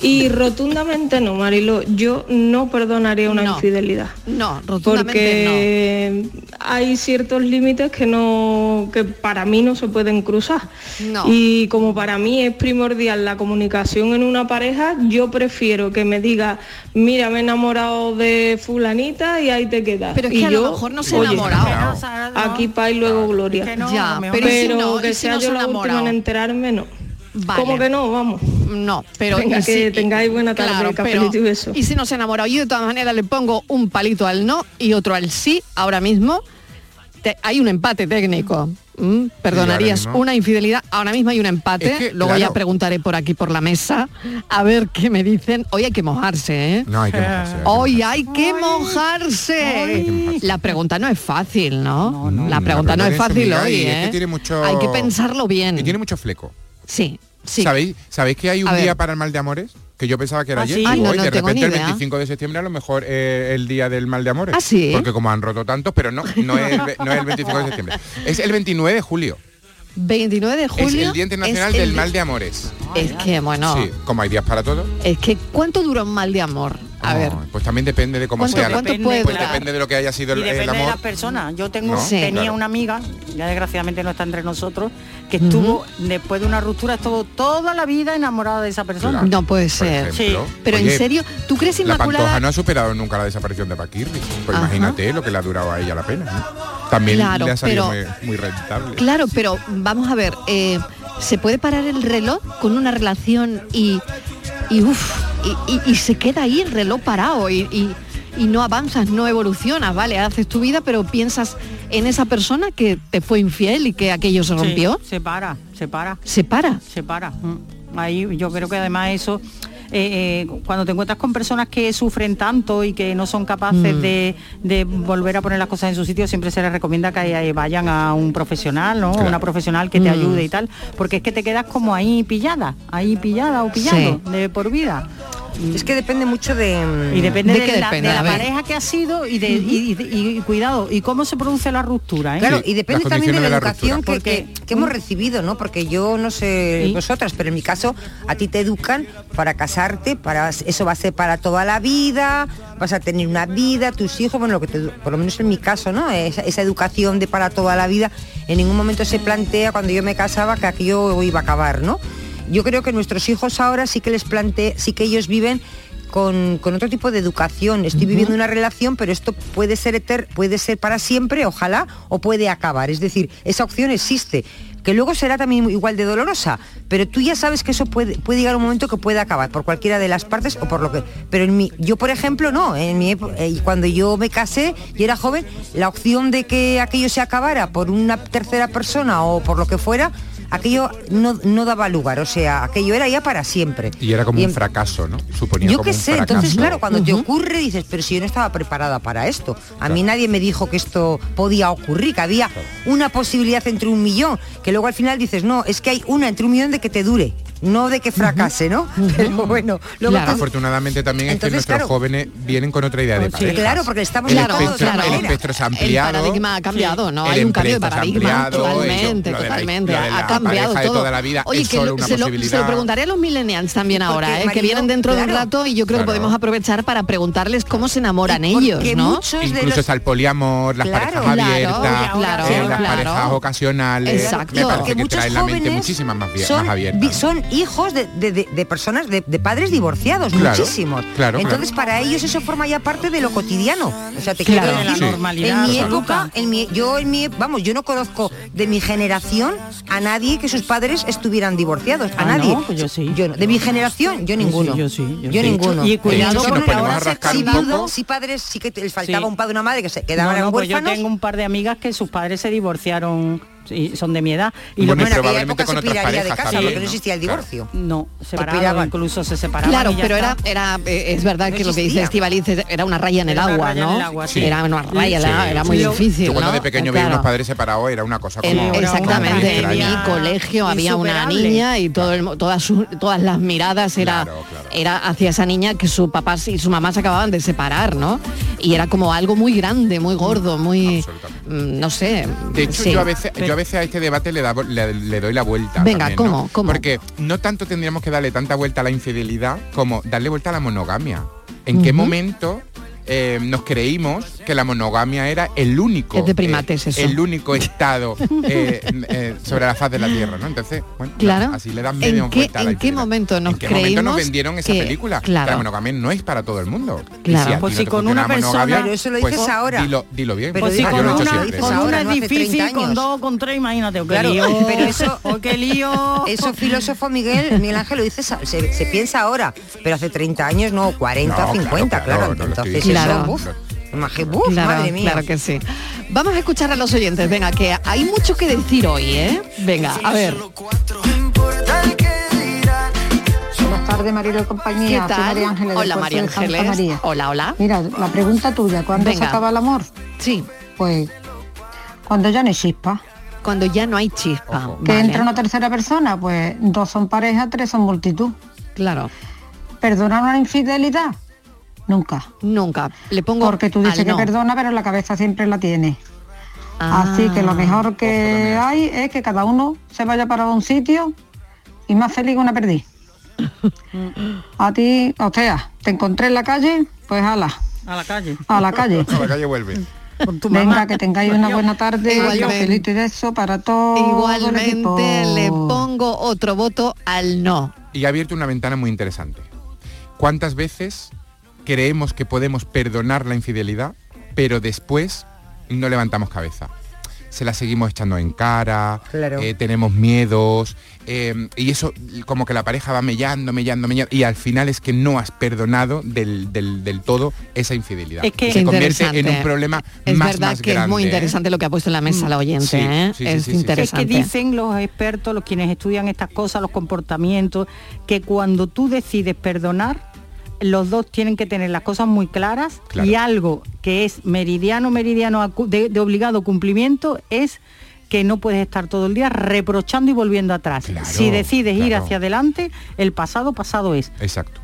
Speaker 10: Y rotundamente no, Marilo, yo no perdonaría una
Speaker 3: No.
Speaker 10: infidelidad.
Speaker 3: No, rotundamente
Speaker 10: Porque Eh, hay ciertos límites que no, que para mí no se pueden cruzar.
Speaker 3: No.
Speaker 10: Y como para mí es primordial la comunicación en una pareja, yo prefiero que me diga, mira, me he enamorado de fulanita y ahí te quedas.
Speaker 3: no. Pero es
Speaker 10: Y
Speaker 3: que a
Speaker 10: yo,
Speaker 3: lo mejor no se ha
Speaker 10: oye,
Speaker 3: enamorado.
Speaker 6: O sea, no,
Speaker 10: Aquí pa' y luego gloria.
Speaker 6: que no,
Speaker 3: Ya,
Speaker 6: a lo mejor.
Speaker 3: pero,
Speaker 10: Pero,
Speaker 3: ¿y si no? ¿Y
Speaker 10: que
Speaker 3: si
Speaker 10: sea
Speaker 3: no se
Speaker 10: yo
Speaker 3: ha
Speaker 10: la última en
Speaker 3: enamorado?
Speaker 10: enterarme, no.
Speaker 3: Vale.
Speaker 10: ¿Cómo que no? Vamos.
Speaker 3: No, pero
Speaker 10: Venga,
Speaker 3: y
Speaker 10: que tengáis buena tarde, cafelito y beso.
Speaker 3: y si no se enamora, yo de todas maneras le pongo un palito al no y otro al sí. Ahora mismo Te- hay un empate técnico. Mm,
Speaker 5: Sí,
Speaker 3: Perdonarías
Speaker 5: ahora mismo.
Speaker 3: una infidelidad. Ahora mismo hay un empate.
Speaker 5: Es que,
Speaker 3: Luego
Speaker 5: claro.
Speaker 3: ya preguntaré por aquí por la mesa a ver qué me dicen. Hoy hay que mojarse, ¿eh?
Speaker 5: No hay que mojarse, hay que
Speaker 3: Hoy
Speaker 5: mojarse.
Speaker 3: hay que mojarse. La pregunta no es fácil, ¿no? la
Speaker 5: no,
Speaker 3: pregunta no
Speaker 5: la
Speaker 3: es
Speaker 5: pregunta es
Speaker 3: fácil
Speaker 5: complicada
Speaker 3: hoy,
Speaker 5: y es
Speaker 3: ¿eh?
Speaker 5: que tiene mucho-
Speaker 3: Hay que pensarlo bien.
Speaker 5: Y tiene mucho fleco.
Speaker 3: Sí, sí.
Speaker 5: ¿Sabéis, ¿Sabéis que hay un
Speaker 3: A ver.
Speaker 5: día para el mal de amores? que yo pensaba que era
Speaker 3: Ah,
Speaker 5: ayer.
Speaker 3: ¿sí?
Speaker 5: Digo,
Speaker 3: Ay, no,
Speaker 5: "Oye,
Speaker 3: no
Speaker 5: de
Speaker 3: tengo
Speaker 5: repente
Speaker 3: ni
Speaker 5: el
Speaker 3: idea".
Speaker 5: 25 de septiembre a lo mejor eh, el día del mal de amores.
Speaker 3: ¿Ah, sí?
Speaker 5: Porque como han roto tantos, pero no, no es, el ve- no es el 25 de septiembre. Es el 29 de julio.
Speaker 3: 29 de julio.
Speaker 5: es el Día Internacional
Speaker 3: es el
Speaker 5: del Mal de Amores.
Speaker 3: Es que, bueno,
Speaker 5: Sí, como hay días para todo.
Speaker 3: es que ¿cuánto dura un mal de amor? A ver.
Speaker 5: Pues también depende de cómo
Speaker 3: ¿Cuánto-
Speaker 5: sea. la-
Speaker 3: cuánto puede
Speaker 5: pues
Speaker 3: durar?
Speaker 5: depende de lo que haya sido
Speaker 6: Y
Speaker 5: el, el
Speaker 6: depende de
Speaker 5: amor.
Speaker 6: las personas. Yo tengo,
Speaker 5: ¿No? Sí.
Speaker 6: tenía
Speaker 5: Claro.
Speaker 6: una amiga, ya desgraciadamente no está entre nosotros, que estuvo, después de una ruptura, estuvo toda la vida enamorada de esa persona.
Speaker 3: No puede ser.
Speaker 5: ejemplo.
Speaker 3: Sí. Pero
Speaker 5: Oye,
Speaker 3: en serio, ¿tú crees
Speaker 5: La Pantoja
Speaker 3: Inmaculada?
Speaker 5: no ha superado nunca la desaparición de Paquirri. Pues
Speaker 3: Ajá.
Speaker 5: imagínate lo que le ha durado a ella la pena. ¿no? También
Speaker 3: Claro,
Speaker 5: le ha salido
Speaker 3: pero-
Speaker 5: muy, muy rentable.
Speaker 3: Claro, pero vamos a ver, eh, ¿se puede parar el reloj con una relación y, y, uf, y, y- y se queda ahí el reloj parado y, y- y no avanzas, no evolucionas, vale, haces tu vida, pero piensas en esa persona que te fue infiel y que aquello se
Speaker 6: Sí,
Speaker 3: rompió?
Speaker 6: se para, se para.
Speaker 3: ¿Se para?
Speaker 6: Se para. mm. Ahí yo creo que además eso, eh, eh, cuando te encuentras con personas que sufren tanto y que no son capaces
Speaker 3: Mm.
Speaker 6: de, de volver a poner las cosas en su sitio, siempre se les recomienda que eh, vayan a un profesional, ¿no?
Speaker 3: Claro.
Speaker 6: Una profesional que te
Speaker 3: Mm.
Speaker 6: ayude y tal, porque es que te quedas como ahí pillada, ahí pillada o pillado de por vida.
Speaker 4: Es que depende mucho de...
Speaker 3: Mm.
Speaker 6: Y depende de,
Speaker 4: qué
Speaker 6: la,
Speaker 4: depende?
Speaker 6: de la
Speaker 4: A ver.
Speaker 6: pareja que ha sido y, de, y, y- y cuidado, y cómo se produce la ruptura. ¿eh?
Speaker 4: Claro, y depende también de la, educación que,
Speaker 6: Porque-
Speaker 4: que- que hemos recibido, ¿no? Porque yo no sé vosotras, pero en mi caso a ti te educan para casarte, para eso va a ser para toda la vida, vas a tener una vida, tus hijos, bueno, lo que te- por lo menos en mi caso, ¿no? Esa, esa educación de para toda la vida, en ningún momento se plantea cuando yo me casaba que aquello iba a acabar, ¿no? Yo creo que nuestros hijos ahora sí que les plante, sí que ellos viven con, con otro tipo de educación. Estoy viviendo una relación, pero esto puede ser eter, puede ser para siempre, ojalá, o puede acabar. Es decir, esa opción existe, que luego será también igual de dolorosa, pero tú ya sabes que eso puede, puede llegar un momento que puede acabar por cualquiera de las partes o por lo que. Pero en mi, yo por ejemplo no, en mi epo- eh, y cuando yo me casé y era joven, la opción de que aquello se acabara por una tercera persona o por lo que fuera. Aquello no, no daba lugar, o sea, aquello era ya para siempre.
Speaker 5: Y era como
Speaker 4: Y en-
Speaker 5: un fracaso, ¿no? Suponía
Speaker 4: yo
Speaker 5: como
Speaker 4: qué
Speaker 5: un
Speaker 4: sé,
Speaker 5: fracaso.
Speaker 4: entonces claro, cuando te ocurre dices, pero si yo no estaba preparada para esto. A mí nadie me dijo que esto podía ocurrir, que había una posibilidad entre un millón, que luego al final dices, no, es que hay una entre un millón de que te dure, no de que fracase, ¿no? Pero bueno, luego te-
Speaker 5: Afortunadamente también es que
Speaker 4: Entonces,
Speaker 5: nuestros
Speaker 4: claro.
Speaker 5: jóvenes vienen con otra idea de
Speaker 3: Pues
Speaker 4: Sí,
Speaker 5: pareja.
Speaker 4: claro, porque estamos
Speaker 5: el
Speaker 4: educados de
Speaker 5: espectro,
Speaker 4: otra
Speaker 5: el
Speaker 4: manera.
Speaker 5: espectro se ha
Speaker 4: El
Speaker 5: ampliado.
Speaker 3: paradigma ha cambiado, ¿no?
Speaker 5: El
Speaker 3: Hay un cambio de
Speaker 5: empresa se ha
Speaker 3: paradigma.
Speaker 5: ampliado, eso,
Speaker 3: totalmente,
Speaker 5: lo de la-
Speaker 3: totalmente.
Speaker 5: lo de la
Speaker 3: ha cambiado
Speaker 5: pareja de
Speaker 3: todo.
Speaker 5: toda la vida
Speaker 3: Oye,
Speaker 5: es
Speaker 3: que
Speaker 5: solo
Speaker 3: lo-
Speaker 5: una
Speaker 3: se, lo, se
Speaker 5: posibilidad.
Speaker 3: lo preguntaré a los millennials también
Speaker 4: Porque,
Speaker 3: ahora, ¿eh? que
Speaker 4: Mariló,
Speaker 3: vienen dentro de un
Speaker 4: claro.
Speaker 3: rato y yo creo que
Speaker 5: Claro.
Speaker 3: podemos aprovechar para preguntarles cómo se enamoran ellos,
Speaker 4: porque
Speaker 3: ¿no?
Speaker 4: muchos de
Speaker 5: Incluso
Speaker 4: los-
Speaker 5: está el poliamor, las
Speaker 4: Claro.
Speaker 5: parejas
Speaker 4: Claro,
Speaker 5: abiertas,
Speaker 4: claro,
Speaker 5: eh, las
Speaker 4: claro.
Speaker 5: parejas ocasionales.
Speaker 4: Exacto.
Speaker 5: Me
Speaker 4: Porque
Speaker 5: parece que
Speaker 4: muchos
Speaker 5: trae la mente
Speaker 4: jóvenes
Speaker 5: muchísimas más, bien,
Speaker 4: son,
Speaker 5: más abiertas.
Speaker 4: vi- son hijos de, de- de- de personas, de, de padres divorciados,
Speaker 5: Claro,
Speaker 4: muchísimos.
Speaker 5: claro,
Speaker 4: Entonces
Speaker 5: claro.
Speaker 4: para ellos eso forma ya parte de lo cotidiano. O sea, te
Speaker 6: Claro.
Speaker 4: quiero
Speaker 6: De la
Speaker 4: decir,
Speaker 6: normalidad
Speaker 4: En mi
Speaker 6: absoluta.
Speaker 4: época, en mi, yo en mi, vamos, yo no conozco de mi generación a nadie que sus padres estuvieran divorciados, a
Speaker 6: Ah,
Speaker 4: nadie.
Speaker 6: no, pues yo sí.
Speaker 4: Yo no. De mi generación, yo ninguno.
Speaker 6: sí, yo sí, yo
Speaker 4: Yo,
Speaker 6: sí.
Speaker 4: ninguno.
Speaker 6: Y cuidado De hecho, si con nos el- ponemos a ahora se rascar
Speaker 4: si
Speaker 6: un poco-
Speaker 4: viudo, si padres, sí que te- les faltaba
Speaker 6: Sí.
Speaker 4: un padre, una madre que se
Speaker 6: No,
Speaker 4: quedaban
Speaker 6: no, pues yo
Speaker 4: huérfanos.
Speaker 6: tengo un par de amigas que sus padres se divorciaron y son de mi edad y lo
Speaker 5: Bueno, y
Speaker 6: que
Speaker 5: probablemente con otras
Speaker 4: piraría de
Speaker 5: parejas
Speaker 4: casa,
Speaker 5: también,
Speaker 4: porque no existía el divorcio.
Speaker 6: no separaron
Speaker 4: piraban.
Speaker 6: incluso se separaron
Speaker 3: Claro,
Speaker 6: y ya
Speaker 3: pero era,
Speaker 6: está.
Speaker 3: era eh, es verdad
Speaker 6: No
Speaker 3: que lo que dice
Speaker 6: existía.
Speaker 3: Estivaliz era una raya en el
Speaker 6: Era una
Speaker 3: agua,
Speaker 6: raya en
Speaker 3: ¿no?
Speaker 6: el agua,
Speaker 5: Sí.
Speaker 3: Era una raya, en el
Speaker 5: Sí.
Speaker 3: agua, era muy
Speaker 5: Yo-
Speaker 3: difícil.
Speaker 5: Yo cuando
Speaker 3: ¿no?
Speaker 5: de pequeño
Speaker 3: Eh,
Speaker 5: veía unos
Speaker 3: claro.
Speaker 5: padres separados era una cosa
Speaker 3: En-
Speaker 5: como... como
Speaker 3: exactamente, en mi
Speaker 5: extraña.
Speaker 3: colegio había una
Speaker 6: Insuperable.
Speaker 3: niña y todo el mo- todas, sus- todas las miradas era, era hacia esa niña que su papá y su mamá se acababan de separar, ¿no? Y era como algo muy grande, muy gordo, muy... mm, No sé.
Speaker 5: De hecho,
Speaker 3: sí.
Speaker 5: yo, a veces, yo a veces a este debate le, dabo- le- le doy la vuelta.
Speaker 3: Venga,
Speaker 5: también,
Speaker 3: ¿cómo?
Speaker 5: ¿no?
Speaker 3: ¿Cómo?
Speaker 5: Porque no tanto tendríamos que darle tanta vuelta a la infidelidad como darle vuelta a la monogamia. ¿En qué
Speaker 3: Ujú.
Speaker 5: momento eh, nos creímos que la monogamia era el único...
Speaker 3: Es de primates
Speaker 5: eh,
Speaker 3: eso.
Speaker 5: El único estado eh, eh, sobre la faz de la Tierra, ¿no? Entonces, bueno,
Speaker 3: Claro.
Speaker 5: así le dan medio
Speaker 3: ¿En qué,
Speaker 5: vuelta a la
Speaker 3: en qué
Speaker 5: infidelidad.
Speaker 3: momento nos
Speaker 5: ¿En qué
Speaker 3: creímos
Speaker 5: momento nos vendieron esa
Speaker 3: que-
Speaker 5: película?
Speaker 3: Claro.
Speaker 5: La monogamia no es para todo el mundo. Y
Speaker 3: Claro.
Speaker 5: a ti
Speaker 3: Pues
Speaker 5: no
Speaker 3: si
Speaker 5: te
Speaker 3: con una
Speaker 5: funciona la
Speaker 6: persona-
Speaker 5: monogamia,
Speaker 6: Pero
Speaker 4: eso lo
Speaker 5: pues
Speaker 4: dices ahora.
Speaker 5: Dilo, dilo bien.
Speaker 4: Pero
Speaker 5: Ah,
Speaker 4: dices
Speaker 5: yo lo he hecho
Speaker 4: ahora,
Speaker 5: siempre.
Speaker 4: dices
Speaker 6: con
Speaker 4: ahora,
Speaker 6: una
Speaker 4: no
Speaker 6: es
Speaker 4: hace 30
Speaker 6: difícil, con
Speaker 4: años.
Speaker 6: dos, con tres, imagínate, oh, qué
Speaker 4: Claro,
Speaker 6: lío,
Speaker 4: pero eso,
Speaker 6: oh, qué lío.
Speaker 4: Eso filósofo Miguel, Miguel Ángel lo dice, se, se piensa ahora, pero hace 30 años no, 40,
Speaker 5: No, claro,
Speaker 4: 50, claro.
Speaker 5: claro, no lo estoy
Speaker 4: entonces
Speaker 3: diciendo.
Speaker 4: eso,
Speaker 3: Claro.
Speaker 4: buf, imagi- buf,
Speaker 3: Claro,
Speaker 4: madre mía.
Speaker 3: claro que sí. Vamos a escuchar a los oyentes. Venga, que hay mucho que decir hoy, ¿eh? Venga, a ver.
Speaker 11: Buenas tardes, Marilo y compañía.
Speaker 3: ¿Qué
Speaker 11: Soy
Speaker 3: tal?
Speaker 11: María Ángeles. del
Speaker 3: Hola,
Speaker 11: Puerto
Speaker 3: María
Speaker 11: de Santa
Speaker 3: Ángeles.
Speaker 11: María.
Speaker 3: Hola, hola.
Speaker 11: Mira, la pregunta tuya, ¿cuándo se
Speaker 3: Venga.
Speaker 11: acaba el amor?
Speaker 3: Sí.
Speaker 11: Pues cuando ya no hay chispa.
Speaker 3: Cuando ya no hay chispa.
Speaker 11: Que
Speaker 3: vale.
Speaker 11: entra una tercera persona, pues dos son pareja, tres son multitud.
Speaker 3: Claro.
Speaker 11: ¿Perdonar una infidelidad? Nunca.
Speaker 3: Nunca. Le pongo
Speaker 11: Porque tú dices
Speaker 3: al
Speaker 11: que
Speaker 3: no.
Speaker 11: perdona, pero la cabeza siempre la tiene.
Speaker 3: Ah.
Speaker 11: Así que lo mejor que hay es que cada uno se vaya para un sitio y más feliz que una perdiz. A ti, o sea, te encontré en la calle, pues ala,
Speaker 6: A la calle.
Speaker 11: a la calle.
Speaker 5: A la calle vuelve.
Speaker 11: Venga, que tengáis una buena tarde,
Speaker 3: Igualmente.
Speaker 11: cafelito y beso para todos.
Speaker 3: Igualmente le pongo otro voto al no.
Speaker 5: y ha abierto una ventana muy interesante. ¿Cuántas veces creemos que podemos perdonar la infidelidad, pero después no levantamos cabeza? Se la seguimos echando en cara, eh, tenemos miedos, eh, y eso como que la pareja va mellando, mellando, mellando, y al final es que no has perdonado del, del- del todo esa infidelidad.
Speaker 3: Es que-
Speaker 5: Y se
Speaker 3: Qué
Speaker 5: convierte en
Speaker 3: interesante.
Speaker 5: un problema
Speaker 3: Es
Speaker 5: más,
Speaker 3: verdad
Speaker 5: más
Speaker 3: que es muy
Speaker 5: grande, ¿eh?
Speaker 3: interesante lo que ha puesto en la mesa la oyente,
Speaker 5: Mm. Sí,
Speaker 3: ¿eh?
Speaker 5: sí, sí,
Speaker 3: es
Speaker 5: sí, sí, sí.
Speaker 6: Es que
Speaker 3: interesante.
Speaker 6: dicen los expertos, los quienes estudian estas cosas, los comportamientos, que cuando tú decides perdonar, los dos tienen que tener las cosas muy claras
Speaker 12: Claro.
Speaker 6: y algo que es meridiano, meridiano acu- de, de obligado cumplimiento es que no puedes estar todo el día reprochando y volviendo atrás. si decides ir
Speaker 4: claro.
Speaker 6: hacia adelante, el pasado pasado es.
Speaker 5: Exacto.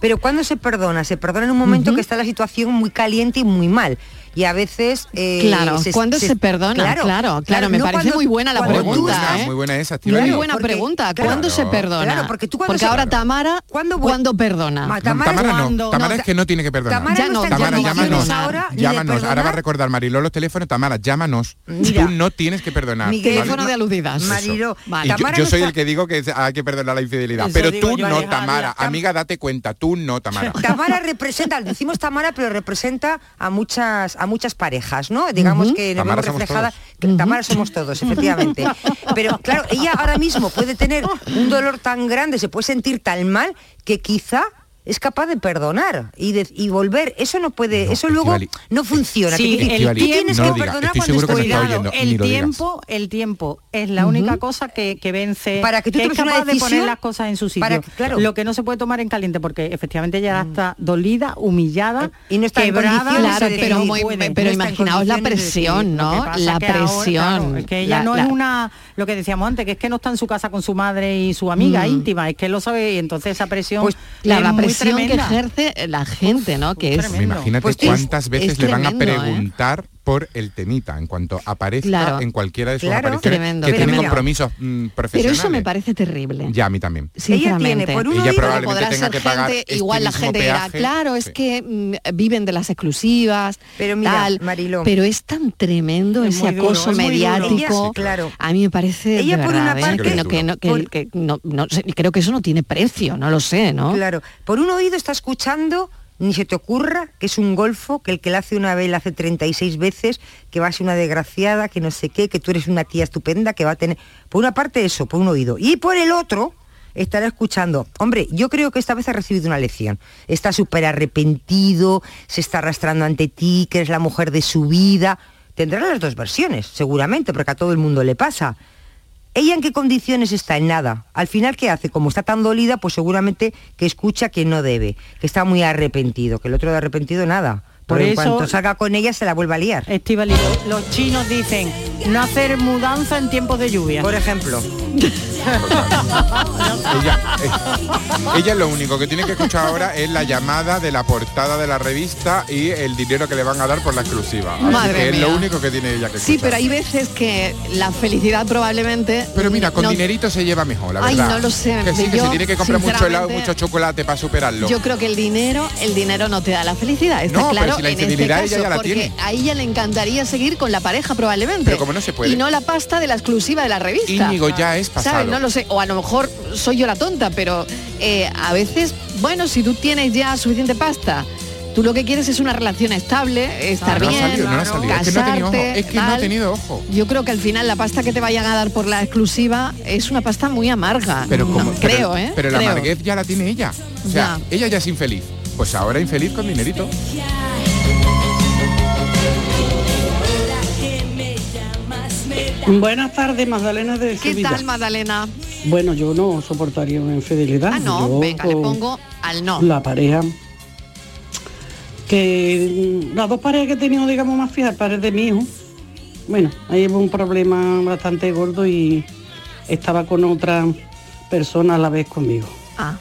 Speaker 4: Pero cuando se perdona, se perdona en un momento que está la situación muy caliente y muy mal. Y a veces... eh,
Speaker 3: Claro, ¿cuándo se perdona? Claro, claro, me parece muy buena la
Speaker 4: cuando
Speaker 3: pregunta,
Speaker 4: tú
Speaker 3: ¿eh?
Speaker 5: Muy buena esa,
Speaker 3: Muy
Speaker 5: Estivali.
Speaker 3: buena pregunta.
Speaker 4: claro,
Speaker 3: ¿Cuándo se perdona?
Speaker 4: claro, porque tú cuando se-
Speaker 3: ahora Tamara, ¿cuándo, perdona?
Speaker 4: Ma-
Speaker 5: No, Tamara, no. Tamara es que no tiene que perdonar.
Speaker 4: Tamara Ya no no, está en
Speaker 5: Tamara,
Speaker 4: condiciones
Speaker 5: llámanos.
Speaker 4: ahora ni de
Speaker 5: llámanos. Ahora va a
Speaker 4: perdonar.
Speaker 5: recordar Mariló los teléfonos. Tamara, llámanos. Tú no tienes que perdonar.
Speaker 4: Mi teléfono
Speaker 5: ¿vale?
Speaker 4: de aludidas.
Speaker 5: Eso.
Speaker 4: Mariló,
Speaker 5: Y
Speaker 4: vale.
Speaker 5: yo-
Speaker 4: Tamara
Speaker 5: yo,
Speaker 4: no
Speaker 5: soy
Speaker 4: está-
Speaker 5: el que digo que se- hay que perdonar la infidelidad.
Speaker 4: Eso
Speaker 5: Pero
Speaker 4: digo
Speaker 5: tú
Speaker 4: yo,
Speaker 5: no,
Speaker 4: Alejandra.
Speaker 5: Tamara. Amiga, date cuenta. Tú no, Tamara.
Speaker 4: Tamara representa, decimos Tamara, pero representa a muchas a muchas parejas, ¿no? Digamos
Speaker 5: Ujú.
Speaker 4: que nos
Speaker 5: Tamara
Speaker 4: vemos
Speaker 5: somos
Speaker 4: reflejada.
Speaker 5: todos.
Speaker 4: que Tamara somos todos, efectivamente. Pero claro, ella ahora mismo puede tener un dolor tan grande, se puede sentir tan mal que quizá es capaz de perdonar y, de- y volver. Eso no puede, eso luego
Speaker 5: Estivali.
Speaker 4: no funciona.
Speaker 5: Sí,
Speaker 4: Te quiero decir,
Speaker 5: el
Speaker 4: tú
Speaker 5: tiempo-
Speaker 4: tienes
Speaker 5: No
Speaker 4: que
Speaker 5: lo digas,
Speaker 4: perdonar
Speaker 5: estoy
Speaker 4: cuando
Speaker 5: seguro que
Speaker 4: es
Speaker 5: no está
Speaker 4: cuidado.
Speaker 5: oyendo. ni
Speaker 6: El
Speaker 5: lo digas.
Speaker 6: tiempo, el tiempo es la única cosa que, que vence
Speaker 4: Para que tú
Speaker 6: es
Speaker 4: tomes una
Speaker 6: capaz de poner
Speaker 4: decisión,
Speaker 6: las cosas en su sitio.
Speaker 4: para que- claro.
Speaker 6: Lo que no se puede tomar en caliente porque efectivamente ya
Speaker 3: Mm.
Speaker 6: está dolida, humillada y no
Speaker 4: está en condiciones de
Speaker 3: Claro,
Speaker 4: decidir.
Speaker 3: pero, muy-
Speaker 4: Puede,
Speaker 3: pero
Speaker 4: no está en
Speaker 3: imaginaos la
Speaker 4: condiciones de decidir.
Speaker 3: presión,
Speaker 6: Lo
Speaker 3: ¿no?
Speaker 6: que pasa
Speaker 3: La
Speaker 6: que ahora,
Speaker 3: presión.
Speaker 6: claro, es que ella
Speaker 3: La-
Speaker 6: no
Speaker 3: la-
Speaker 6: es una, lo que decíamos antes, que es que no está en su casa con su madre y su amiga
Speaker 3: Mm.
Speaker 6: íntima, es que lo sabe y entonces esa presión
Speaker 3: Pues,
Speaker 6: la,
Speaker 3: la, la presión que ejerce la gente, ¿no? Que es
Speaker 5: Me imagínate
Speaker 3: Pues
Speaker 5: cuántas veces le van a preguntar por el temita en cuanto aparezca
Speaker 3: ¿eh? Claro.
Speaker 5: en cualquiera de sus
Speaker 3: Claro.
Speaker 5: apariciones
Speaker 3: Tremendo,
Speaker 5: que tiene
Speaker 3: tremendo.
Speaker 5: compromisos mm,
Speaker 3: Pero
Speaker 5: profesionales.
Speaker 3: eso me parece terrible.
Speaker 5: Ya, a mí también.
Speaker 3: Sinceramente.
Speaker 5: Ella probablemente
Speaker 3: podrá
Speaker 5: tenga
Speaker 3: ser
Speaker 5: que pagar
Speaker 3: gente,
Speaker 5: este
Speaker 3: igual la
Speaker 5: mismo
Speaker 3: gente dirá,
Speaker 5: peaje.
Speaker 3: claro, es que mm, viven de las exclusivas, pero
Speaker 4: mira,
Speaker 3: tal,
Speaker 4: Mariló.
Speaker 3: pero es tan tremendo
Speaker 4: Es
Speaker 3: ese
Speaker 4: muy duro,
Speaker 3: acoso
Speaker 4: es muy duro.
Speaker 3: mediático.
Speaker 4: Ella, claro.
Speaker 3: A mí me parece
Speaker 4: Ella,
Speaker 3: de
Speaker 4: por una
Speaker 3: verdad, ¿eh?
Speaker 4: parte-
Speaker 3: que, no, que no- que-
Speaker 4: Por-
Speaker 3: que no- no sé, creo que eso no tiene precio, no lo sé, ¿no?
Speaker 4: Claro, por un oído está escuchando, ni se te ocurra que es un golfo, que el que la hace una vez la hace 36 veces, que va a ser una desgraciada, que no sé qué, que tú eres una tía estupenda, que va a tener... Por una parte eso, por un oído. Y por el otro estará escuchando, hombre, yo creo que esta vez ha recibido una lección. Está súper arrepentido, se está arrastrando ante ti, que eres la mujer de su vida. Tendrá las dos versiones, seguramente, porque a todo el mundo le pasa. ¿Ella en qué condiciones está? En nada. Al final, ¿qué hace? Como está tan dolida, pues seguramente que escucha que no debe, que está muy arrepentido, que el otro de arrepentido nada.
Speaker 6: Por
Speaker 4: Por en
Speaker 6: eso-
Speaker 4: cuanto salga con ella, se la vuelve a liar.
Speaker 6: los chinos dicen no hacer mudanza en tiempos de lluvia.
Speaker 4: Por ejemplo.
Speaker 5: Ella, ella lo único que tiene que escuchar ahora es la llamada de la portada de la revista y el dinero que le van a dar por la exclusiva. Así
Speaker 3: Madre
Speaker 5: que es
Speaker 3: mía.
Speaker 5: lo único que tiene ella que
Speaker 3: Sí,
Speaker 5: escuchar.
Speaker 3: pero hay veces que la felicidad probablemente...
Speaker 5: Pero mira, con
Speaker 3: no-
Speaker 5: dinerito se lleva mejor, la
Speaker 3: Ay,
Speaker 5: verdad.
Speaker 3: no lo sé,
Speaker 5: Que sí, que
Speaker 3: yo,
Speaker 5: se tiene que comprar mucho helado,
Speaker 3: sinceramente,
Speaker 5: mucho chocolate para superarlo.
Speaker 3: Yo creo que el dinero, el dinero no te da la felicidad, está
Speaker 5: No, pero
Speaker 3: claro.
Speaker 5: si la
Speaker 3: en este
Speaker 5: infidelidad
Speaker 3: caso,
Speaker 5: ella ya la
Speaker 3: porque
Speaker 5: tiene.
Speaker 3: a ella le encantaría seguir con la pareja probablemente.
Speaker 5: Pero como no se puede.
Speaker 3: Y no la pasta de la exclusiva de la revista.
Speaker 5: Íñigo ya es
Speaker 3: ¿Sabes?
Speaker 5: pasado.
Speaker 3: No lo sé. O a lo mejor soy yo la tonta, pero eh, a veces, bueno, si tú tienes ya suficiente pasta. Tú lo que quieres es una relación estable, estar
Speaker 5: no ha
Speaker 3: bien,
Speaker 5: salido, no ha salido. Es que no ha
Speaker 3: casarte,
Speaker 5: tenido ojo, es que no ha
Speaker 3: tal.
Speaker 5: tenido ojo.
Speaker 3: Yo creo que al final la pasta que te vayan a dar por la exclusiva es una pasta muy amarga.
Speaker 5: Pero
Speaker 3: No,
Speaker 5: como- pero-
Speaker 3: creo, ¿eh?
Speaker 5: Pero la
Speaker 3: Creo.
Speaker 5: amarguez ya la tiene ella. O sea, ella ya es infeliz. Pues ahora infeliz con dinerito.
Speaker 13: Buenas tardes, Magdalena de
Speaker 3: Mm. ¿Qué
Speaker 13: Sevilla.
Speaker 3: tal, Magdalena?
Speaker 13: Bueno, yo no soportaría una infidelidad.
Speaker 3: Ah, no,
Speaker 13: Yo
Speaker 3: venga, le
Speaker 13: con
Speaker 3: pongo al no.
Speaker 13: La pareja. Que mm, las dos parejas que he tenido, digamos, más fijas, el padre de mi hijo. Bueno, ahí hubo un problema bastante gordo y estaba con otra persona a la vez conmigo.
Speaker 3: Ah,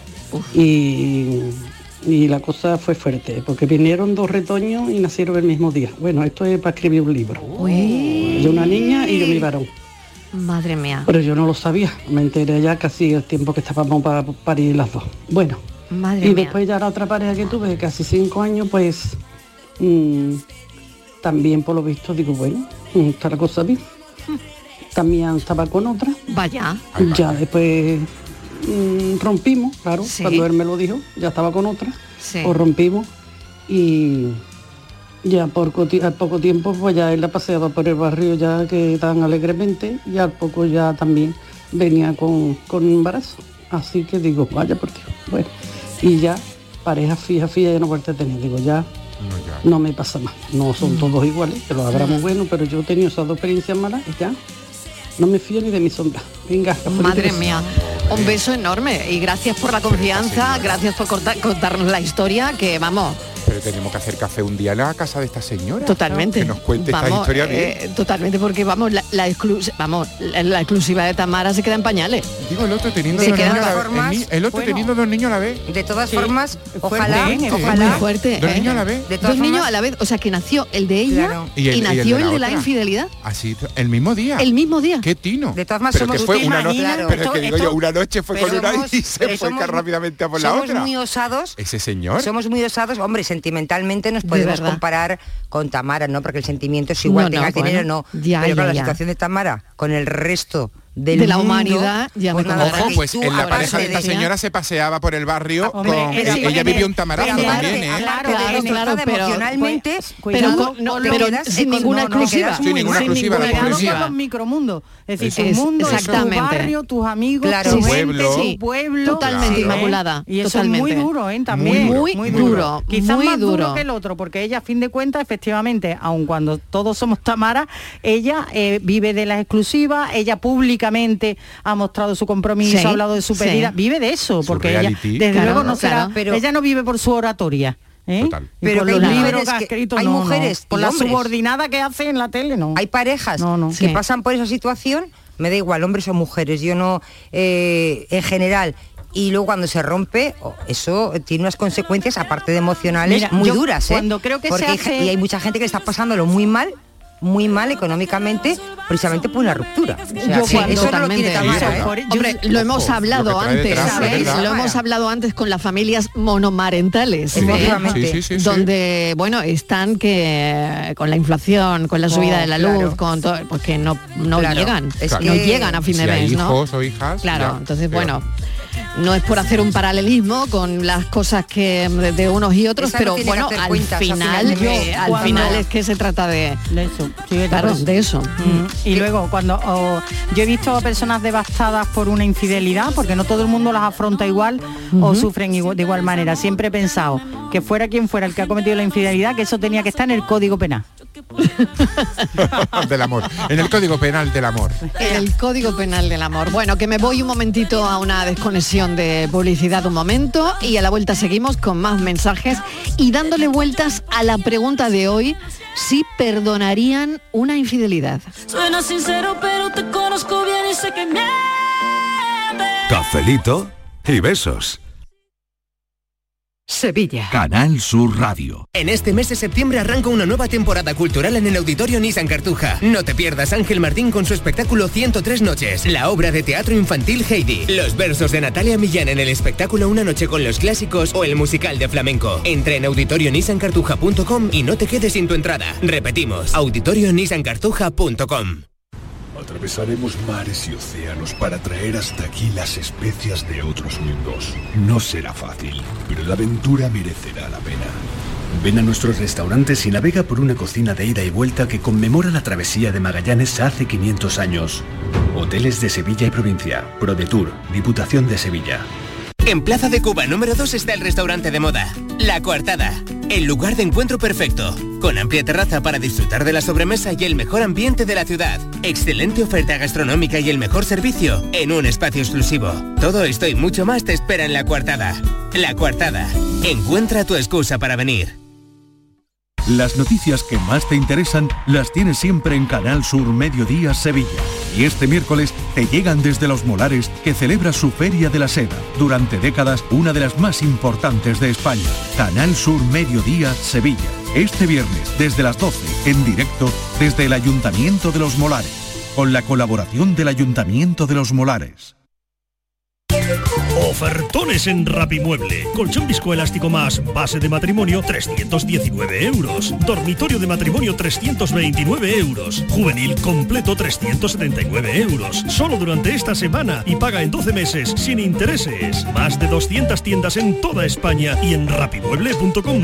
Speaker 13: Y, y la cosa fue fuerte, porque vinieron dos retoños y nacieron el mismo día. Bueno, esto es para escribir un libro. De una niña y de mi varón.
Speaker 3: Madre mía.
Speaker 13: Pero yo no lo sabía, me enteré ya casi el tiempo que estábamos para parir las dos. Bueno,
Speaker 3: Madre
Speaker 13: y
Speaker 3: mía.
Speaker 13: después ya la otra pareja que tuve, de casi cinco años, pues mm, también por lo visto digo, bueno, mm, está la cosa bien. También estaba con otra.
Speaker 3: Vaya.
Speaker 13: Ya después mm, rompimos, claro, cuando él me lo dijo, ya estaba con otra.
Speaker 3: Sí.
Speaker 13: O rompimos y ya por coti- al poco tiempo pues ya él la paseaba por el barrio ya que tan alegremente y al poco ya también venía con, con embarazo. Así que digo, vaya por Dios. Bueno, y ya pareja fija, fija ya no vuelta a tener. Digo, ya no me pasa más. No
Speaker 3: Mm.
Speaker 13: son todos iguales, que los habrá muy bueno, pero yo he tenido esas dos experiencias malas y ya no me fío ni de mi sombra. Venga,
Speaker 3: Madre mía, un beso enorme y gracias por la confianza, gracias por corta- contarnos la historia, que vamos,
Speaker 5: Pero tenemos que hacer café un día en la casa de esta señora.
Speaker 3: totalmente.
Speaker 5: Que nos cuente esta
Speaker 3: Vamos,
Speaker 5: historia bien.
Speaker 3: eh, totalmente, porque vamos, la, la exclus- vamos, la, la exclusiva de Tamara se queda en pañales.
Speaker 5: Digo, el otro teniendo
Speaker 3: Se
Speaker 5: dos
Speaker 3: quedan
Speaker 5: niños a la vez.
Speaker 3: formas,
Speaker 5: El ni- el otro
Speaker 3: bueno.
Speaker 5: teniendo dos niños a la vez.
Speaker 4: De todas
Speaker 3: Sí.
Speaker 4: formas, ojalá,
Speaker 3: Fuerte, ¿eh?
Speaker 4: ojalá.
Speaker 3: Muy fuerte.
Speaker 5: Dos
Speaker 3: ¿eh?
Speaker 5: niños a la vez.
Speaker 3: Dos niños a la vez, o sea que nació el de ella
Speaker 5: Claro.
Speaker 3: y,
Speaker 5: Y el- y el
Speaker 3: nació el de, la,
Speaker 5: otra.
Speaker 3: infidelidad.
Speaker 5: Así, el mismo día.
Speaker 3: El mismo día.
Speaker 5: Qué tino.
Speaker 4: De todas formas,
Speaker 5: pero
Speaker 4: somos
Speaker 5: que fue
Speaker 4: ¿Usted
Speaker 5: una noche,
Speaker 4: imagina?
Speaker 5: pero es
Speaker 4: Esto-
Speaker 5: que digo
Speaker 4: esto-
Speaker 5: yo, una noche fue
Speaker 4: pero
Speaker 5: con una
Speaker 4: somos-
Speaker 5: y se
Speaker 4: pero
Speaker 5: fue
Speaker 4: somos-
Speaker 5: rápidamente por la
Speaker 4: somos
Speaker 5: otra.
Speaker 4: muy osados.
Speaker 5: Ese señor.
Speaker 4: Somos muy osados, hombre, sentimentalmente nos podemos
Speaker 3: verdad.
Speaker 4: comparar con Tamara, ¿no? Porque el sentimiento es igual,
Speaker 3: No, no,
Speaker 4: tengas dinero o
Speaker 3: bueno,
Speaker 4: no.
Speaker 3: ya,
Speaker 4: Pero
Speaker 3: ya,
Speaker 4: claro,
Speaker 3: ya.
Speaker 4: la situación de Tamara con el resto del
Speaker 3: De la
Speaker 4: mundo,
Speaker 3: humanidad, ya me
Speaker 4: nada,
Speaker 5: Ojo,
Speaker 4: y
Speaker 5: pues
Speaker 4: tú,
Speaker 5: en la
Speaker 4: aparte
Speaker 5: pareja de esta
Speaker 4: ella-
Speaker 5: señora se paseaba por el barrio
Speaker 3: Ah,
Speaker 4: Hombre,
Speaker 3: eh,
Speaker 5: con-
Speaker 4: pero
Speaker 5: e-
Speaker 4: sí,
Speaker 5: ella
Speaker 4: en
Speaker 5: vivió
Speaker 4: el-
Speaker 5: un tamarazo
Speaker 4: pero aparte-
Speaker 5: también, ¿eh?
Speaker 4: aparte
Speaker 3: Claro,
Speaker 4: de destrozada
Speaker 3: claro, pero-
Speaker 4: emocionalmente,
Speaker 6: pues, cuidado,
Speaker 4: pero con-
Speaker 6: no,
Speaker 4: te
Speaker 6: pero
Speaker 4: quedas
Speaker 6: sin
Speaker 4: con-
Speaker 6: ninguna
Speaker 4: no, no, te
Speaker 6: exclusiva.
Speaker 4: quedas
Speaker 5: Sin ninguna
Speaker 4: muy-
Speaker 5: exclusiva, la
Speaker 6: Cuidado
Speaker 5: exclusiva.
Speaker 6: con los micromundos. Es decir,
Speaker 5: Es-
Speaker 6: tu mundo es tu
Speaker 3: exactamente.
Speaker 6: barrio, tus amigos,
Speaker 3: Claro.
Speaker 6: tu
Speaker 3: Tu
Speaker 6: gente,
Speaker 3: pueblo.
Speaker 6: tu pueblo.
Speaker 3: Totalmente,
Speaker 6: Sí, ¿eh?
Speaker 3: Inmaculada,
Speaker 6: Y eso
Speaker 3: totalmente.
Speaker 6: es muy duro, ¿eh? También.
Speaker 3: Muy duro, muy
Speaker 6: Quizás más duro.
Speaker 3: duro.
Speaker 6: que el otro, porque ella, a fin de cuentas, efectivamente, aun cuando todos somos Tamara, ella eh, vive de las exclusivas, ella públicamente ha mostrado su compromiso,
Speaker 3: Sí,
Speaker 6: ha hablado de su
Speaker 3: sí.
Speaker 6: pedida, vive de eso,
Speaker 3: Su
Speaker 6: porque
Speaker 3: reality.
Speaker 6: ella, desde
Speaker 3: Claro,
Speaker 6: luego, no será,
Speaker 3: claro. Pero-
Speaker 6: ella no vive por su oratoria. ¿eh? Y
Speaker 4: Pero
Speaker 6: por
Speaker 4: que hay
Speaker 6: los libros
Speaker 4: mujeres
Speaker 6: que ha
Speaker 4: que-
Speaker 6: escrito,
Speaker 4: hay
Speaker 6: no, no.
Speaker 4: mujeres y
Speaker 6: por la
Speaker 4: hombres.
Speaker 6: subordinada que hace en la tele, no.
Speaker 4: Hay parejas que pasan por esa situación, me da igual, hombres o mujeres, yo no, eh, en general. Y luego cuando se rompe, oh, eso tiene unas consecuencias, aparte de emocionales,
Speaker 6: Mira,
Speaker 4: muy
Speaker 6: yo
Speaker 4: duras. ¿eh?
Speaker 6: cuando creo que se
Speaker 4: Porque hay-
Speaker 6: hace-
Speaker 4: Y hay mucha gente que está pasándolo muy mal, muy mal económicamente, precisamente por una ruptura. O sea,
Speaker 3: Yo
Speaker 4: que
Speaker 3: cuando-
Speaker 4: eso no lo tiene
Speaker 3: totalmente.
Speaker 4: Tamara,
Speaker 3: Sí,
Speaker 4: ¿eh?
Speaker 3: por- Hombre, lo hemos
Speaker 4: Ojo,
Speaker 3: hablado
Speaker 4: lo que trae
Speaker 3: antes,
Speaker 4: detrás, es
Speaker 3: ¿sabéis?
Speaker 4: verdad.
Speaker 3: Lo hemos hablado antes con las familias monomarentales, ¿eh?
Speaker 4: Sí. Efectivamente. Sí, sí, sí, sí.
Speaker 3: donde bueno están que eh, con la inflación, con la subida
Speaker 4: Oh,
Speaker 3: de la luz,
Speaker 4: claro.
Speaker 3: con todo, pues que no no
Speaker 4: Claro.
Speaker 3: llegan,
Speaker 4: Es
Speaker 3: no
Speaker 4: que-
Speaker 3: llegan a fin de
Speaker 5: Si hay
Speaker 3: mes, ¿no?
Speaker 5: hijos o hijas.
Speaker 3: Claro,
Speaker 5: ya,
Speaker 3: entonces
Speaker 5: peor.
Speaker 3: bueno. No es por hacer un paralelismo con las cosas que de de unos y otros,
Speaker 4: Esa no
Speaker 3: pero
Speaker 4: tiene que
Speaker 3: bueno,
Speaker 4: hacer
Speaker 3: al
Speaker 4: cuentas a
Speaker 3: final,
Speaker 4: final de mes.
Speaker 3: eh, al
Speaker 6: Cuando-
Speaker 3: final es que se trata de,
Speaker 6: de eso,
Speaker 3: claro, de eso.
Speaker 6: Mm. Y luego cuando o- yo he visto a personas devastadas por una infidelidad, porque no todo el mundo las afronta igual o
Speaker 12: Ujú.
Speaker 6: sufren igua- de igual manera. Siempre he pensado que fuera quien fuera el que ha cometido la infidelidad, que eso tenía que estar en el código penal.
Speaker 5: del amor. En el código penal del amor.
Speaker 3: El Código Penal del Amor. Bueno, que me voy un momentito a una desconexión de publicidad un momento y a la vuelta seguimos con más mensajes y dándole vueltas a la pregunta de hoy, si perdonarían una infidelidad.
Speaker 7: Suena sincero, pero te conozco bien y sé que
Speaker 14: Cafelito y besos.
Speaker 15: Sevilla.
Speaker 16: Canal Sur Radio.
Speaker 17: En este mes de septiembre arranca una nueva temporada cultural en el Auditorio Nissan Cartuja. No te pierdas Ángel Martín con su espectáculo 103 Noches, la obra de teatro infantil Heidi, los versos de Natalia Millán en el espectáculo Una Noche con los Clásicos o el musical de flamenco. Entra en auditorionissancartuja.com y no te quedes sin tu entrada. Repetimos, auditorionissancartuja.com.
Speaker 18: Atravesaremos mares y océanos para traer hasta aquí las especias de otros mundos. No será fácil, pero la aventura merecerá la pena.
Speaker 19: Ven a nuestros restaurantes y navega por una cocina de ida y vuelta que conmemora la travesía de Magallanes hace 500 años. Hoteles de Sevilla y provincia, ProDetour, Diputación de Sevilla.
Speaker 17: En Plaza de Cuba número 2 está el restaurante de moda, La Coartada, el lugar de encuentro perfecto, con amplia terraza para disfrutar de la sobremesa y el mejor ambiente de la ciudad, excelente oferta gastronómica y el mejor servicio en un espacio exclusivo. Todo esto y mucho más te espera en La Coartada. La Coartada, encuentra tu excusa para venir.
Speaker 16: Las noticias que más te interesan las tienes siempre en Canal Sur Mediodía Sevilla. Y este miércoles te llegan desde Los Molares, que celebra su Feria de la Seda, durante décadas una de las más importantes de España. Canal Sur Mediodía, Sevilla. Este viernes, desde las 12, en directo, desde el Ayuntamiento de Los Molares, con la colaboración del Ayuntamiento de Los Molares.
Speaker 12: Ofertones en Rapimueble. Colchón viscoelástico más base de matrimonio 319 euros. Dormitorio de matrimonio 329 euros. Juvenil completo 379 euros. Solo durante esta semana y paga en 12 meses sin intereses. Más de 200 tiendas en toda España y en rapimueble.com.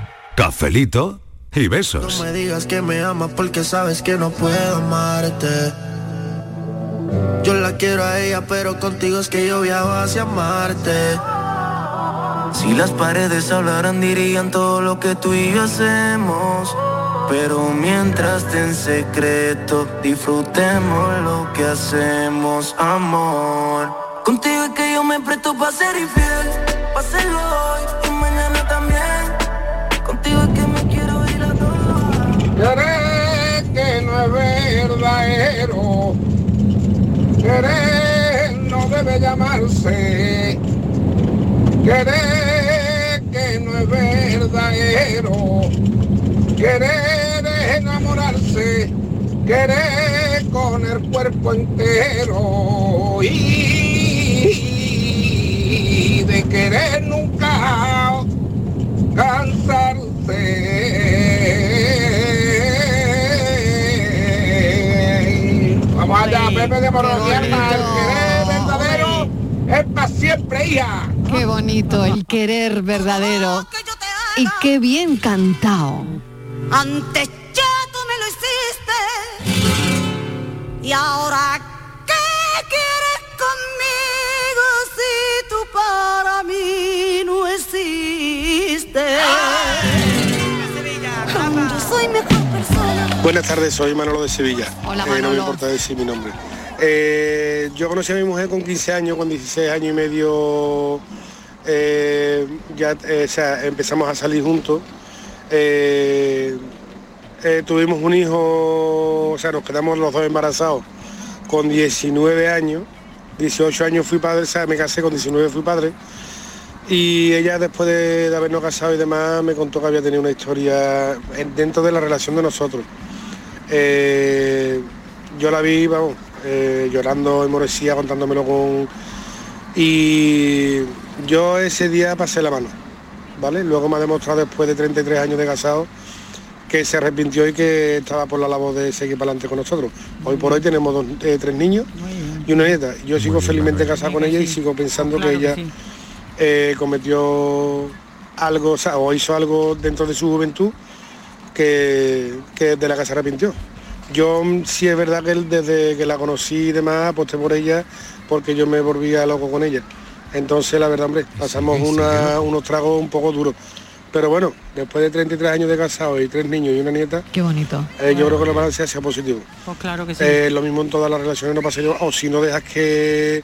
Speaker 14: Cafelito y besos.
Speaker 20: No me digas que me amas porque sabes que no puedo amarte. Yo la quiero a ella, pero contigo es que yo viajo hacia Marte.
Speaker 21: Si las paredes hablaran dirían todo lo que tú y yo hacemos. Pero mientras esté en secreto, disfrutemos lo que hacemos, amor.
Speaker 20: Contigo es que yo me presto para ser infiel, para serlo hoy y mañana también. Contigo es que me quiero ir a todo.
Speaker 22: Querer que no es verdadero. Querer no debe llamarse. Querer que no es verdadero. Querer es enamorarse. Querer con el cuerpo entero. Y de querer nunca cansarse. Vamos allá, Pepe de Morodiana, el querer verdadero es para siempre, hija.
Speaker 3: Qué bonito el querer verdadero. Y qué bien cantado.
Speaker 9: Antes ya tú me lo hiciste y ahora qué quieres conmigo si tú para mí no existe. Cuando soy mejor persona.
Speaker 23: Buenas tardes, soy Manolo de Sevilla.
Speaker 9: Hola,
Speaker 23: Eh, no me
Speaker 9: Manolo.
Speaker 23: importa decir mi nombre. Eh, yo conocí a mi mujer con 15 años, con 16 años y medio eh, ya eh, o sea, empezamos a salir juntos. Eh, eh, tuvimos un hijo, o sea, nos quedamos los dos embarazados con 19 años. 18 años fui padre, o sea, me casé con 19 fui padre. Y ella después de, de habernos casado y demás me contó que había tenido una historia en- dentro de la relación de nosotros. Eh, yo la vi, vamos, eh, llorando, enmorecía, contándomelo con... Y yo ese día pasé la mano, ¿vale? Luego me ha demostrado después de 33 años de casado que se arrepintió y que estaba por la labor de seguir para adelante con nosotros. Hoy por hoy tenemos dos- eh, tres niños y una nieta. Yo sigo felizmente casado con ella y sigo pensando
Speaker 24: Claro
Speaker 23: que ella
Speaker 24: que sí.
Speaker 23: eh, cometió algo o, sea, o hizo algo dentro de su juventud que, que de la que se arrepintió. Yo mm, sí es verdad que él, desde que la conocí y demás aposté por ella porque yo me volvía loco con ella. Entonces la verdad, hombre, pasamos una- unos tragos un poco duros. Pero bueno, después de 33 años de casado y tres niños y una nieta,
Speaker 3: Qué bonito.
Speaker 23: eh, yo creo que la balanza sea positivo.
Speaker 6: Pues claro que sí.
Speaker 23: Eh, lo mismo en todas las relaciones no pasa yo. O si no dejas que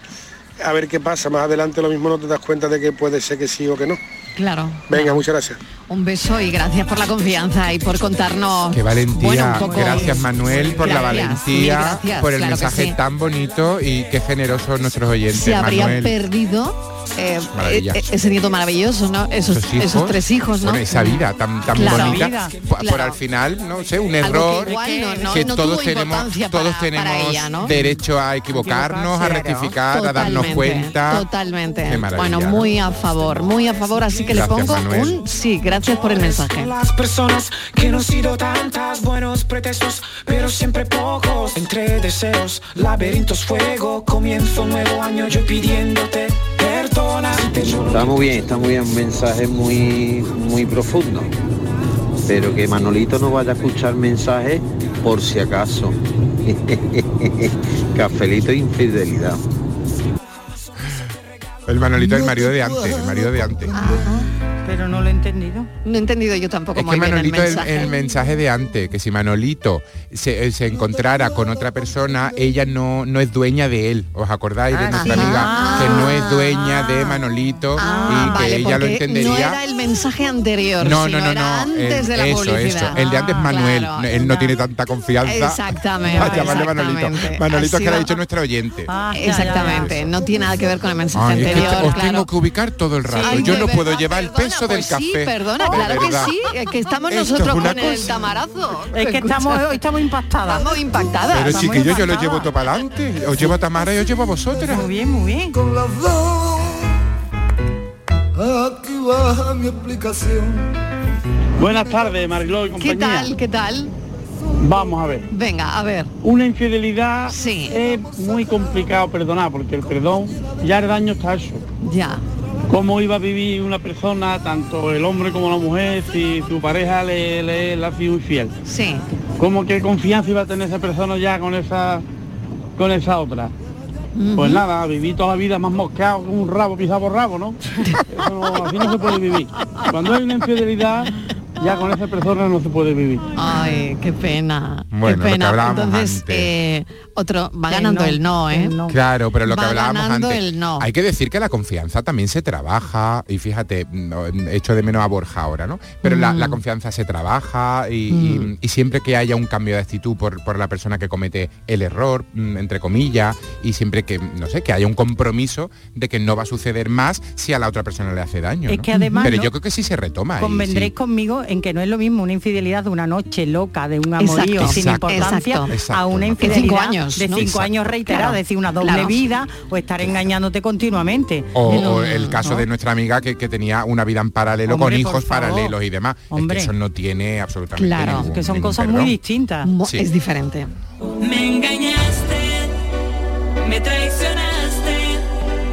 Speaker 23: a ver qué pasa, más adelante lo mismo no te das cuenta de que puede ser que sí o que no.
Speaker 3: Claro.
Speaker 23: Venga, muchas gracias.
Speaker 3: Un beso y gracias por la confianza y por contarnos.
Speaker 5: Qué valentía.
Speaker 3: Bueno, un poco-
Speaker 5: Gracias Manuel por la
Speaker 3: Gracias,
Speaker 5: valentía,
Speaker 3: mil gracias,
Speaker 5: por el
Speaker 3: claro que
Speaker 5: mensaje
Speaker 3: sí.
Speaker 5: tan bonito y qué generosos nuestros oyentes.
Speaker 3: Se habrían
Speaker 5: Manuel.
Speaker 3: perdido eh,
Speaker 5: Maravilla.
Speaker 3: eh, ese nieto maravilloso, ¿no? Esos,
Speaker 5: Esos hijos,
Speaker 3: esos tres hijos, ¿no?
Speaker 5: bueno, esa vida tan, tan
Speaker 3: Claro.
Speaker 5: bonita
Speaker 3: Vida,
Speaker 5: po- por,
Speaker 3: claro.
Speaker 5: al final no sé un
Speaker 3: Algo que
Speaker 5: error
Speaker 3: igual no- no-
Speaker 5: que
Speaker 3: no
Speaker 5: todos
Speaker 3: tuvo
Speaker 5: tenemos
Speaker 3: importancia
Speaker 5: todos
Speaker 3: para-
Speaker 5: tenemos
Speaker 3: para ella, ¿no?
Speaker 5: derecho a equivocarnos a
Speaker 3: Claro.
Speaker 5: rectificar a darnos
Speaker 3: Totalmente,
Speaker 5: cuenta
Speaker 3: Totalmente.
Speaker 5: Qué maravilla,
Speaker 3: Bueno,
Speaker 5: ¿no?
Speaker 3: muy a favor, muy a favor, así que
Speaker 5: Gracias,
Speaker 3: le pongo
Speaker 5: Manuel.
Speaker 3: un sí, gracias por el mensaje.
Speaker 2: Las personas que no han sido tantas, buenos pretextos, pero siempre pocos. Entre deseos, laberintos, fuego, comienzo un nuevo año yo pidiéndote perdona. Si te juro
Speaker 1: Está muy bien, está muy bien, un mensaje muy, muy profundo. Pero que Manolito no vaya a escuchar mensajes por si acaso. Cafelito e infidelidad.
Speaker 5: el Manolito el marido de antes el marido de antes
Speaker 6: Pero no lo he entendido.
Speaker 3: No he entendido yo tampoco
Speaker 5: es
Speaker 3: muy
Speaker 5: que
Speaker 3: bien el
Speaker 5: Manolito el,
Speaker 3: mensaje.
Speaker 5: el mensaje de antes que si Manolito se, eh, se encontrara con otra persona ella no no es dueña de él os acordáis
Speaker 3: Ah,
Speaker 5: de nuestra amiga que no es dueña de Manolito y que
Speaker 3: Ah, Vale,
Speaker 5: ella lo
Speaker 3: porque
Speaker 5: entendería
Speaker 3: No era el mensaje anterior,
Speaker 5: No,
Speaker 3: sino
Speaker 5: no, no,
Speaker 3: era
Speaker 5: no.
Speaker 3: antes
Speaker 5: el-
Speaker 3: de la
Speaker 5: eso,
Speaker 3: publicidad. Ah,
Speaker 5: eso. El de antes Manuel. No, él no tiene tanta confianza.
Speaker 3: Exactamente,
Speaker 5: A llamarle Manolito.
Speaker 3: exactamente.
Speaker 5: Manolito
Speaker 3: Ha
Speaker 5: es que le ha
Speaker 3: sido-
Speaker 5: dicho nuestra oyente.
Speaker 6: Ah,
Speaker 3: Exactamente, no tiene nada que ver con el mensaje
Speaker 5: Ay, es que
Speaker 3: anterior.
Speaker 5: os
Speaker 3: claro.
Speaker 5: tengo que ubicar todo el rato.
Speaker 3: Ay,
Speaker 5: Yo
Speaker 3: de
Speaker 5: no
Speaker 3: verdad,
Speaker 5: puedo llevar el peso del café.
Speaker 3: pues Sí, perdona,
Speaker 5: De
Speaker 3: claro que
Speaker 5: verdad.
Speaker 3: sí, es que estamos
Speaker 5: Esto es
Speaker 3: nosotros con
Speaker 5: una
Speaker 3: el
Speaker 5: cosa.
Speaker 3: tamarazo.
Speaker 6: Es que estamos, hoy estamos impactadas.
Speaker 3: Estamos impactadas.
Speaker 5: Pero chiquillo, yo lo llevo todo para adelante. Os llevo a Tamara y os llevo a vosotras.
Speaker 6: Muy bien, muy bien.
Speaker 2: Con las dos, aquí baja mi aplicación.
Speaker 8: Buenas tardes, Mariló y compañía.
Speaker 3: ¿Qué tal? ¿Qué tal?
Speaker 8: Vamos a ver.
Speaker 3: Venga, a ver.
Speaker 8: Una infidelidad
Speaker 3: Sí.
Speaker 8: es muy complicado perdonar, porque el perdón ya el daño está hecho.
Speaker 3: Ya.
Speaker 8: ¿Cómo iba a vivir una persona, tanto el hombre como la mujer, si su pareja le, le, le ha sido infiel?
Speaker 3: Sí.
Speaker 8: ¿Cómo qué confianza iba a tener esa persona ya con esa con esa otra? Pues
Speaker 10: Ujú.
Speaker 8: nada, viví toda la vida más mosqueado que un rabo pisado por rabo, ¿no? Eso no- así no se puede vivir. Cuando hay una infidelidad, ya con esa persona no se puede vivir.
Speaker 3: Ay, qué pena.
Speaker 8: Bueno, lo
Speaker 3: qué
Speaker 8: que
Speaker 3: pena.
Speaker 8: hablábamos
Speaker 3: Entonces,
Speaker 8: antes.
Speaker 3: eh, otro va ganando el no, ¿eh?
Speaker 5: Claro, pero lo que
Speaker 3: Va
Speaker 5: hablábamos
Speaker 3: ganando
Speaker 5: antes.
Speaker 3: el no.
Speaker 5: Hay que decir que la confianza también se trabaja. Y fíjate, no, echo de menos a Borja ahora, ¿no? Pero la,
Speaker 3: Mm.
Speaker 5: la confianza se trabaja y, y- y siempre que haya un cambio de actitud por, por la persona que comete el error, mm, entre comillas, y siempre que, no sé, que haya un compromiso de que no va a suceder más si a la otra persona le hace daño.
Speaker 6: Es
Speaker 5: ¿no?
Speaker 6: que además,
Speaker 5: Pero
Speaker 6: ¿no?
Speaker 5: yo creo que sí se retoma. y
Speaker 6: Convendréis
Speaker 5: sí.
Speaker 6: conmigo en que no es lo mismo una infidelidad de una noche loca, de un amorío
Speaker 5: Exacto.
Speaker 6: sin
Speaker 5: Exacto.
Speaker 6: importancia,
Speaker 5: Exacto.
Speaker 6: a una
Speaker 5: De
Speaker 6: infidelidad
Speaker 3: cinco años,
Speaker 6: de
Speaker 3: ¿no?
Speaker 6: cinco
Speaker 3: Exacto.
Speaker 6: años reiterada,
Speaker 3: Claro.
Speaker 6: es decir, una doble
Speaker 3: Claro.
Speaker 6: vida o estar engañándote continuamente.
Speaker 5: O,
Speaker 6: Pero,
Speaker 5: o el caso
Speaker 6: ¿no?
Speaker 5: de nuestra amiga que, que tenía una vida en paralelo
Speaker 6: Hombre,
Speaker 5: con
Speaker 6: por
Speaker 5: hijos
Speaker 6: favor.
Speaker 5: paralelos y demás. Es que
Speaker 6: Hombre.
Speaker 5: eso no tiene absolutamente
Speaker 6: Claro,
Speaker 5: ningún-
Speaker 6: que son
Speaker 5: ningún
Speaker 6: cosas
Speaker 5: perdón.
Speaker 6: muy distintas.
Speaker 5: Mo- Sí. es
Speaker 3: diferente.
Speaker 7: Me engañaste, me traicionaste.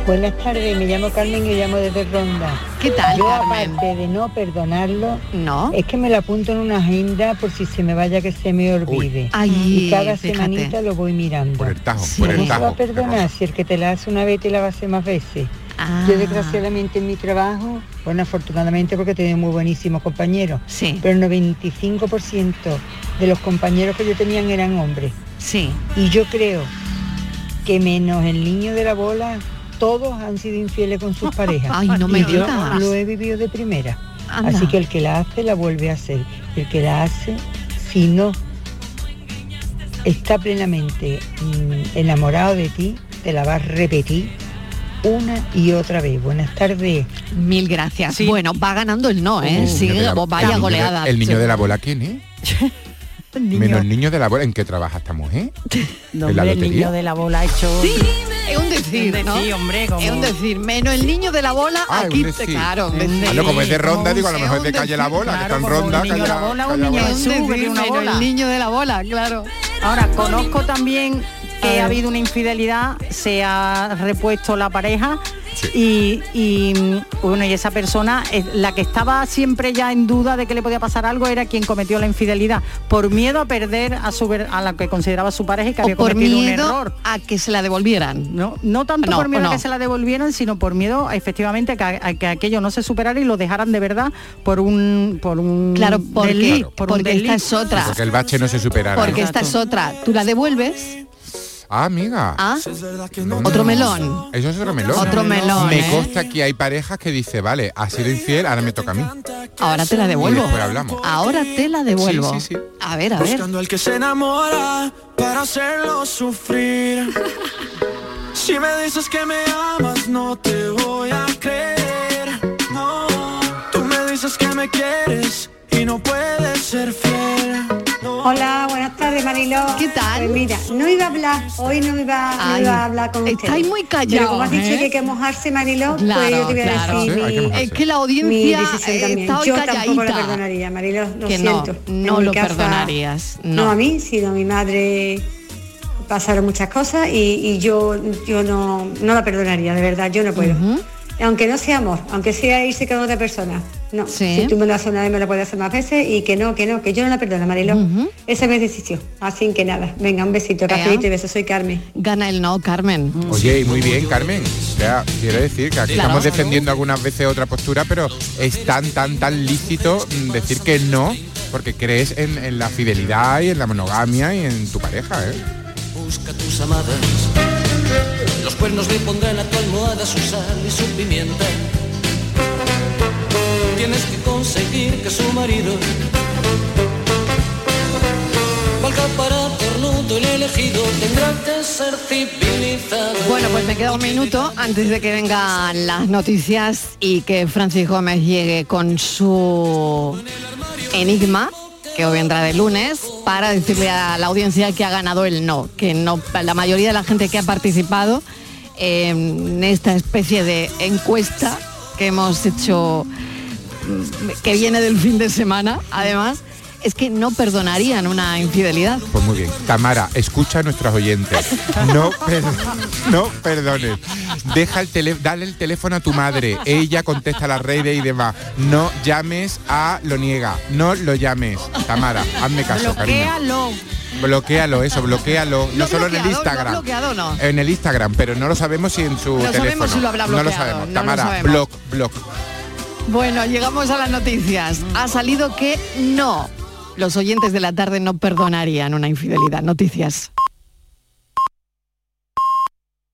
Speaker 11: Buenas tardes, me llamo Carmen y llamo desde Ronda.
Speaker 3: ¿Qué tal,
Speaker 11: Yo
Speaker 3: Carmen?
Speaker 11: aparte de no perdonarlo,
Speaker 3: no.
Speaker 11: es que me lo apunto en una agenda por si se me vaya que se me olvide.
Speaker 3: Ay,
Speaker 11: y cada
Speaker 3: fíjate.
Speaker 11: semanita lo voy mirando.
Speaker 5: Por el tajo, por el
Speaker 11: ¿Cómo se va
Speaker 5: tajo.
Speaker 11: a perdonar si el que te la hace una vez te la va a hacer más veces?
Speaker 3: Ah.
Speaker 11: Yo desgraciadamente en mi trabajo, bueno, afortunadamente porque he tenido muy buenísimos compañeros, pero el 95% de los compañeros que yo tenían eran hombres.
Speaker 3: Sí.
Speaker 11: Y yo creo que menos el niño de la bola, todos han sido infieles con sus parejas.
Speaker 3: Ay, no me
Speaker 11: Y yo
Speaker 3: digas.
Speaker 11: lo he vivido de primera.
Speaker 3: Anda.
Speaker 11: Así que el que la hace, la vuelve a hacer. El que la hace, si no está plenamente mm, enamorado de ti, te la va a repetir una y otra vez. Buenas tardes.
Speaker 3: Mil gracias. Bueno, va ganando el no, ¿eh?
Speaker 5: El
Speaker 3: Sí,
Speaker 5: niño de la- el
Speaker 3: vaya
Speaker 5: niño de-
Speaker 3: goleada.
Speaker 5: el niño de la bola, ¿quién es? Menos el niño de la bola. ¿En qué trabaja esta mujer?
Speaker 6: No,
Speaker 5: en la
Speaker 6: hombre, el
Speaker 5: lotería.
Speaker 6: niño de la bola ha hecho...
Speaker 3: Es un decir, ¿no? Es un decir, menos el niño de la bola,
Speaker 5: Ah, es un
Speaker 3: aquí te
Speaker 5: decir.
Speaker 3: claro. un decir.
Speaker 5: Bueno, como es de ronda, digo, a lo mejor es de calle la bola, que está en ronda. calle la- calle la bola.
Speaker 3: Es un
Speaker 6: sube de
Speaker 3: decir,
Speaker 6: una
Speaker 3: menos
Speaker 6: bola.
Speaker 3: el niño de la bola, claro.
Speaker 6: Ahora, conozco también
Speaker 3: A
Speaker 6: que
Speaker 3: ver.
Speaker 6: ha habido una infidelidad, se ha repuesto la pareja y, y, bueno, y esa persona, eh, la que estaba siempre ya en duda de que le podía pasar algo, era quien cometió la infidelidad, por miedo a perder a su ver- a la que consideraba su pareja y que
Speaker 3: O
Speaker 6: había
Speaker 3: por
Speaker 6: cometido un
Speaker 3: miedo
Speaker 6: error.
Speaker 3: a que se la devolvieran.
Speaker 6: No, no tanto
Speaker 3: No,
Speaker 6: por miedo
Speaker 3: no.
Speaker 6: a que se la devolvieran, sino por miedo a, efectivamente que, a- a que aquello no se superara y lo dejaran de verdad por un por un
Speaker 3: Claro, porque-
Speaker 6: delito, por un
Speaker 3: porque esta
Speaker 6: delito.
Speaker 3: es otra.
Speaker 5: Porque el bache no se superara.
Speaker 3: Porque
Speaker 5: ¿no?
Speaker 3: esta es otra. Tú la devuelves
Speaker 5: Ah, amiga.
Speaker 3: Ah, otro melón.
Speaker 5: Eso es otro melón.
Speaker 3: Otro melón,
Speaker 5: Me
Speaker 3: ¿eh?
Speaker 5: consta que hay parejas que dice, vale, ha sido infiel, ahora me toca a mí.
Speaker 3: Ahora te la
Speaker 5: Y
Speaker 3: devuelvo.
Speaker 5: después hablamos.
Speaker 3: Ahora te la devuelvo.
Speaker 5: Sí, sí, sí.
Speaker 3: A ver, a ver.
Speaker 21: Buscando al que se enamora para hacerlo sufrir. si me dices que me amas, no te voy a creer. No, tú me dices que me quieres y no puedes ser fiel.
Speaker 25: Hola, buenas tardes, Mariló. ¿Qué tal? Pues mira, no iba a hablar, hoy no iba, no
Speaker 3: Ay,
Speaker 25: iba a hablar con usted.
Speaker 3: estáis muy callados,
Speaker 25: Pero como has dicho
Speaker 3: ¿eh?
Speaker 25: que hay que mojarse, Mariló, pues
Speaker 3: Claro,
Speaker 25: yo te voy a
Speaker 3: claro.
Speaker 25: decir
Speaker 3: Sí, hay que
Speaker 25: mi-
Speaker 3: mojarse. Es que la
Speaker 25: mi
Speaker 3: audiencia,
Speaker 25: decisión
Speaker 3: eh,
Speaker 25: también.
Speaker 3: está hoy
Speaker 25: Yo tampoco lo
Speaker 3: calladita.
Speaker 25: perdonaría, Mariló, lo
Speaker 3: Que no,
Speaker 25: siento. En
Speaker 3: no
Speaker 25: mi
Speaker 3: lo
Speaker 25: casa-
Speaker 3: perdonarías. No.
Speaker 25: no a mí, sino a mi madre pasaron muchas cosas y, y yo, yo no, no la perdonaría, de verdad, yo no puedo. Aunque no sea amor, aunque sea irse con otra persona. No, si tú me lo haces una vez me lo puedes hacer más veces y que no, que no, que yo no la perdono, Mariló. Esa es mi decisión. Así que nada, venga, un besito, cafelito y beso, soy Carmen.
Speaker 3: Gana el no, Carmen.
Speaker 5: Oye, y muy bien, Carmen. O sea, quiero decir que aquí
Speaker 3: Claro.
Speaker 5: estamos defendiendo algunas veces otra postura, pero es tan, tan, tan lícito mm, decir que no, porque crees en, en la fidelidad y en la monogamia y en tu pareja, ¿eh?
Speaker 26: Busca tus amadas. Los cuernos le pondrán a tu almohada su sal y su pimienta. Tienes que conseguir que su marido valga para tornudo el elegido. Tendrá que ser civilizado.
Speaker 3: Bueno, pues me queda un minuto antes de que vengan las noticias y que Francis Gómez llegue con su enigma, que hoy vendrá de lunes, para decirle a la audiencia que ha ganado el no, que no la mayoría de la gente que ha participado en esta especie de encuesta que hemos hecho, mm, que viene del fin de semana, además, es que no perdonarían una infidelidad.
Speaker 5: Pues muy bien. Tamara, escucha a nuestros oyentes. No, per- no perdones. Deja el teléfono, dale el teléfono a tu madre. Ella contesta las redes y demás. No llames a lo niega. No lo llames. Tamara, hazme caso, cariño.
Speaker 3: Bloquéalo.
Speaker 5: Bloquéalo, eso, bloquéalo. No, solo en
Speaker 3: bloqueado,
Speaker 5: el
Speaker 3: no
Speaker 5: Instagram.
Speaker 3: bloqueado, no.
Speaker 5: En el Instagram, pero no lo sabemos si en su
Speaker 3: No
Speaker 5: teléfono.
Speaker 3: sabemos si lo habrá
Speaker 5: No lo
Speaker 3: bloqueado,
Speaker 5: sabemos.
Speaker 3: no lo
Speaker 5: Tamara,
Speaker 3: sabemos.
Speaker 5: block, block.
Speaker 3: Bueno, llegamos a las noticias. Ha salido que no. Los oyentes de la tarde no perdonarían una infidelidad. Noticias.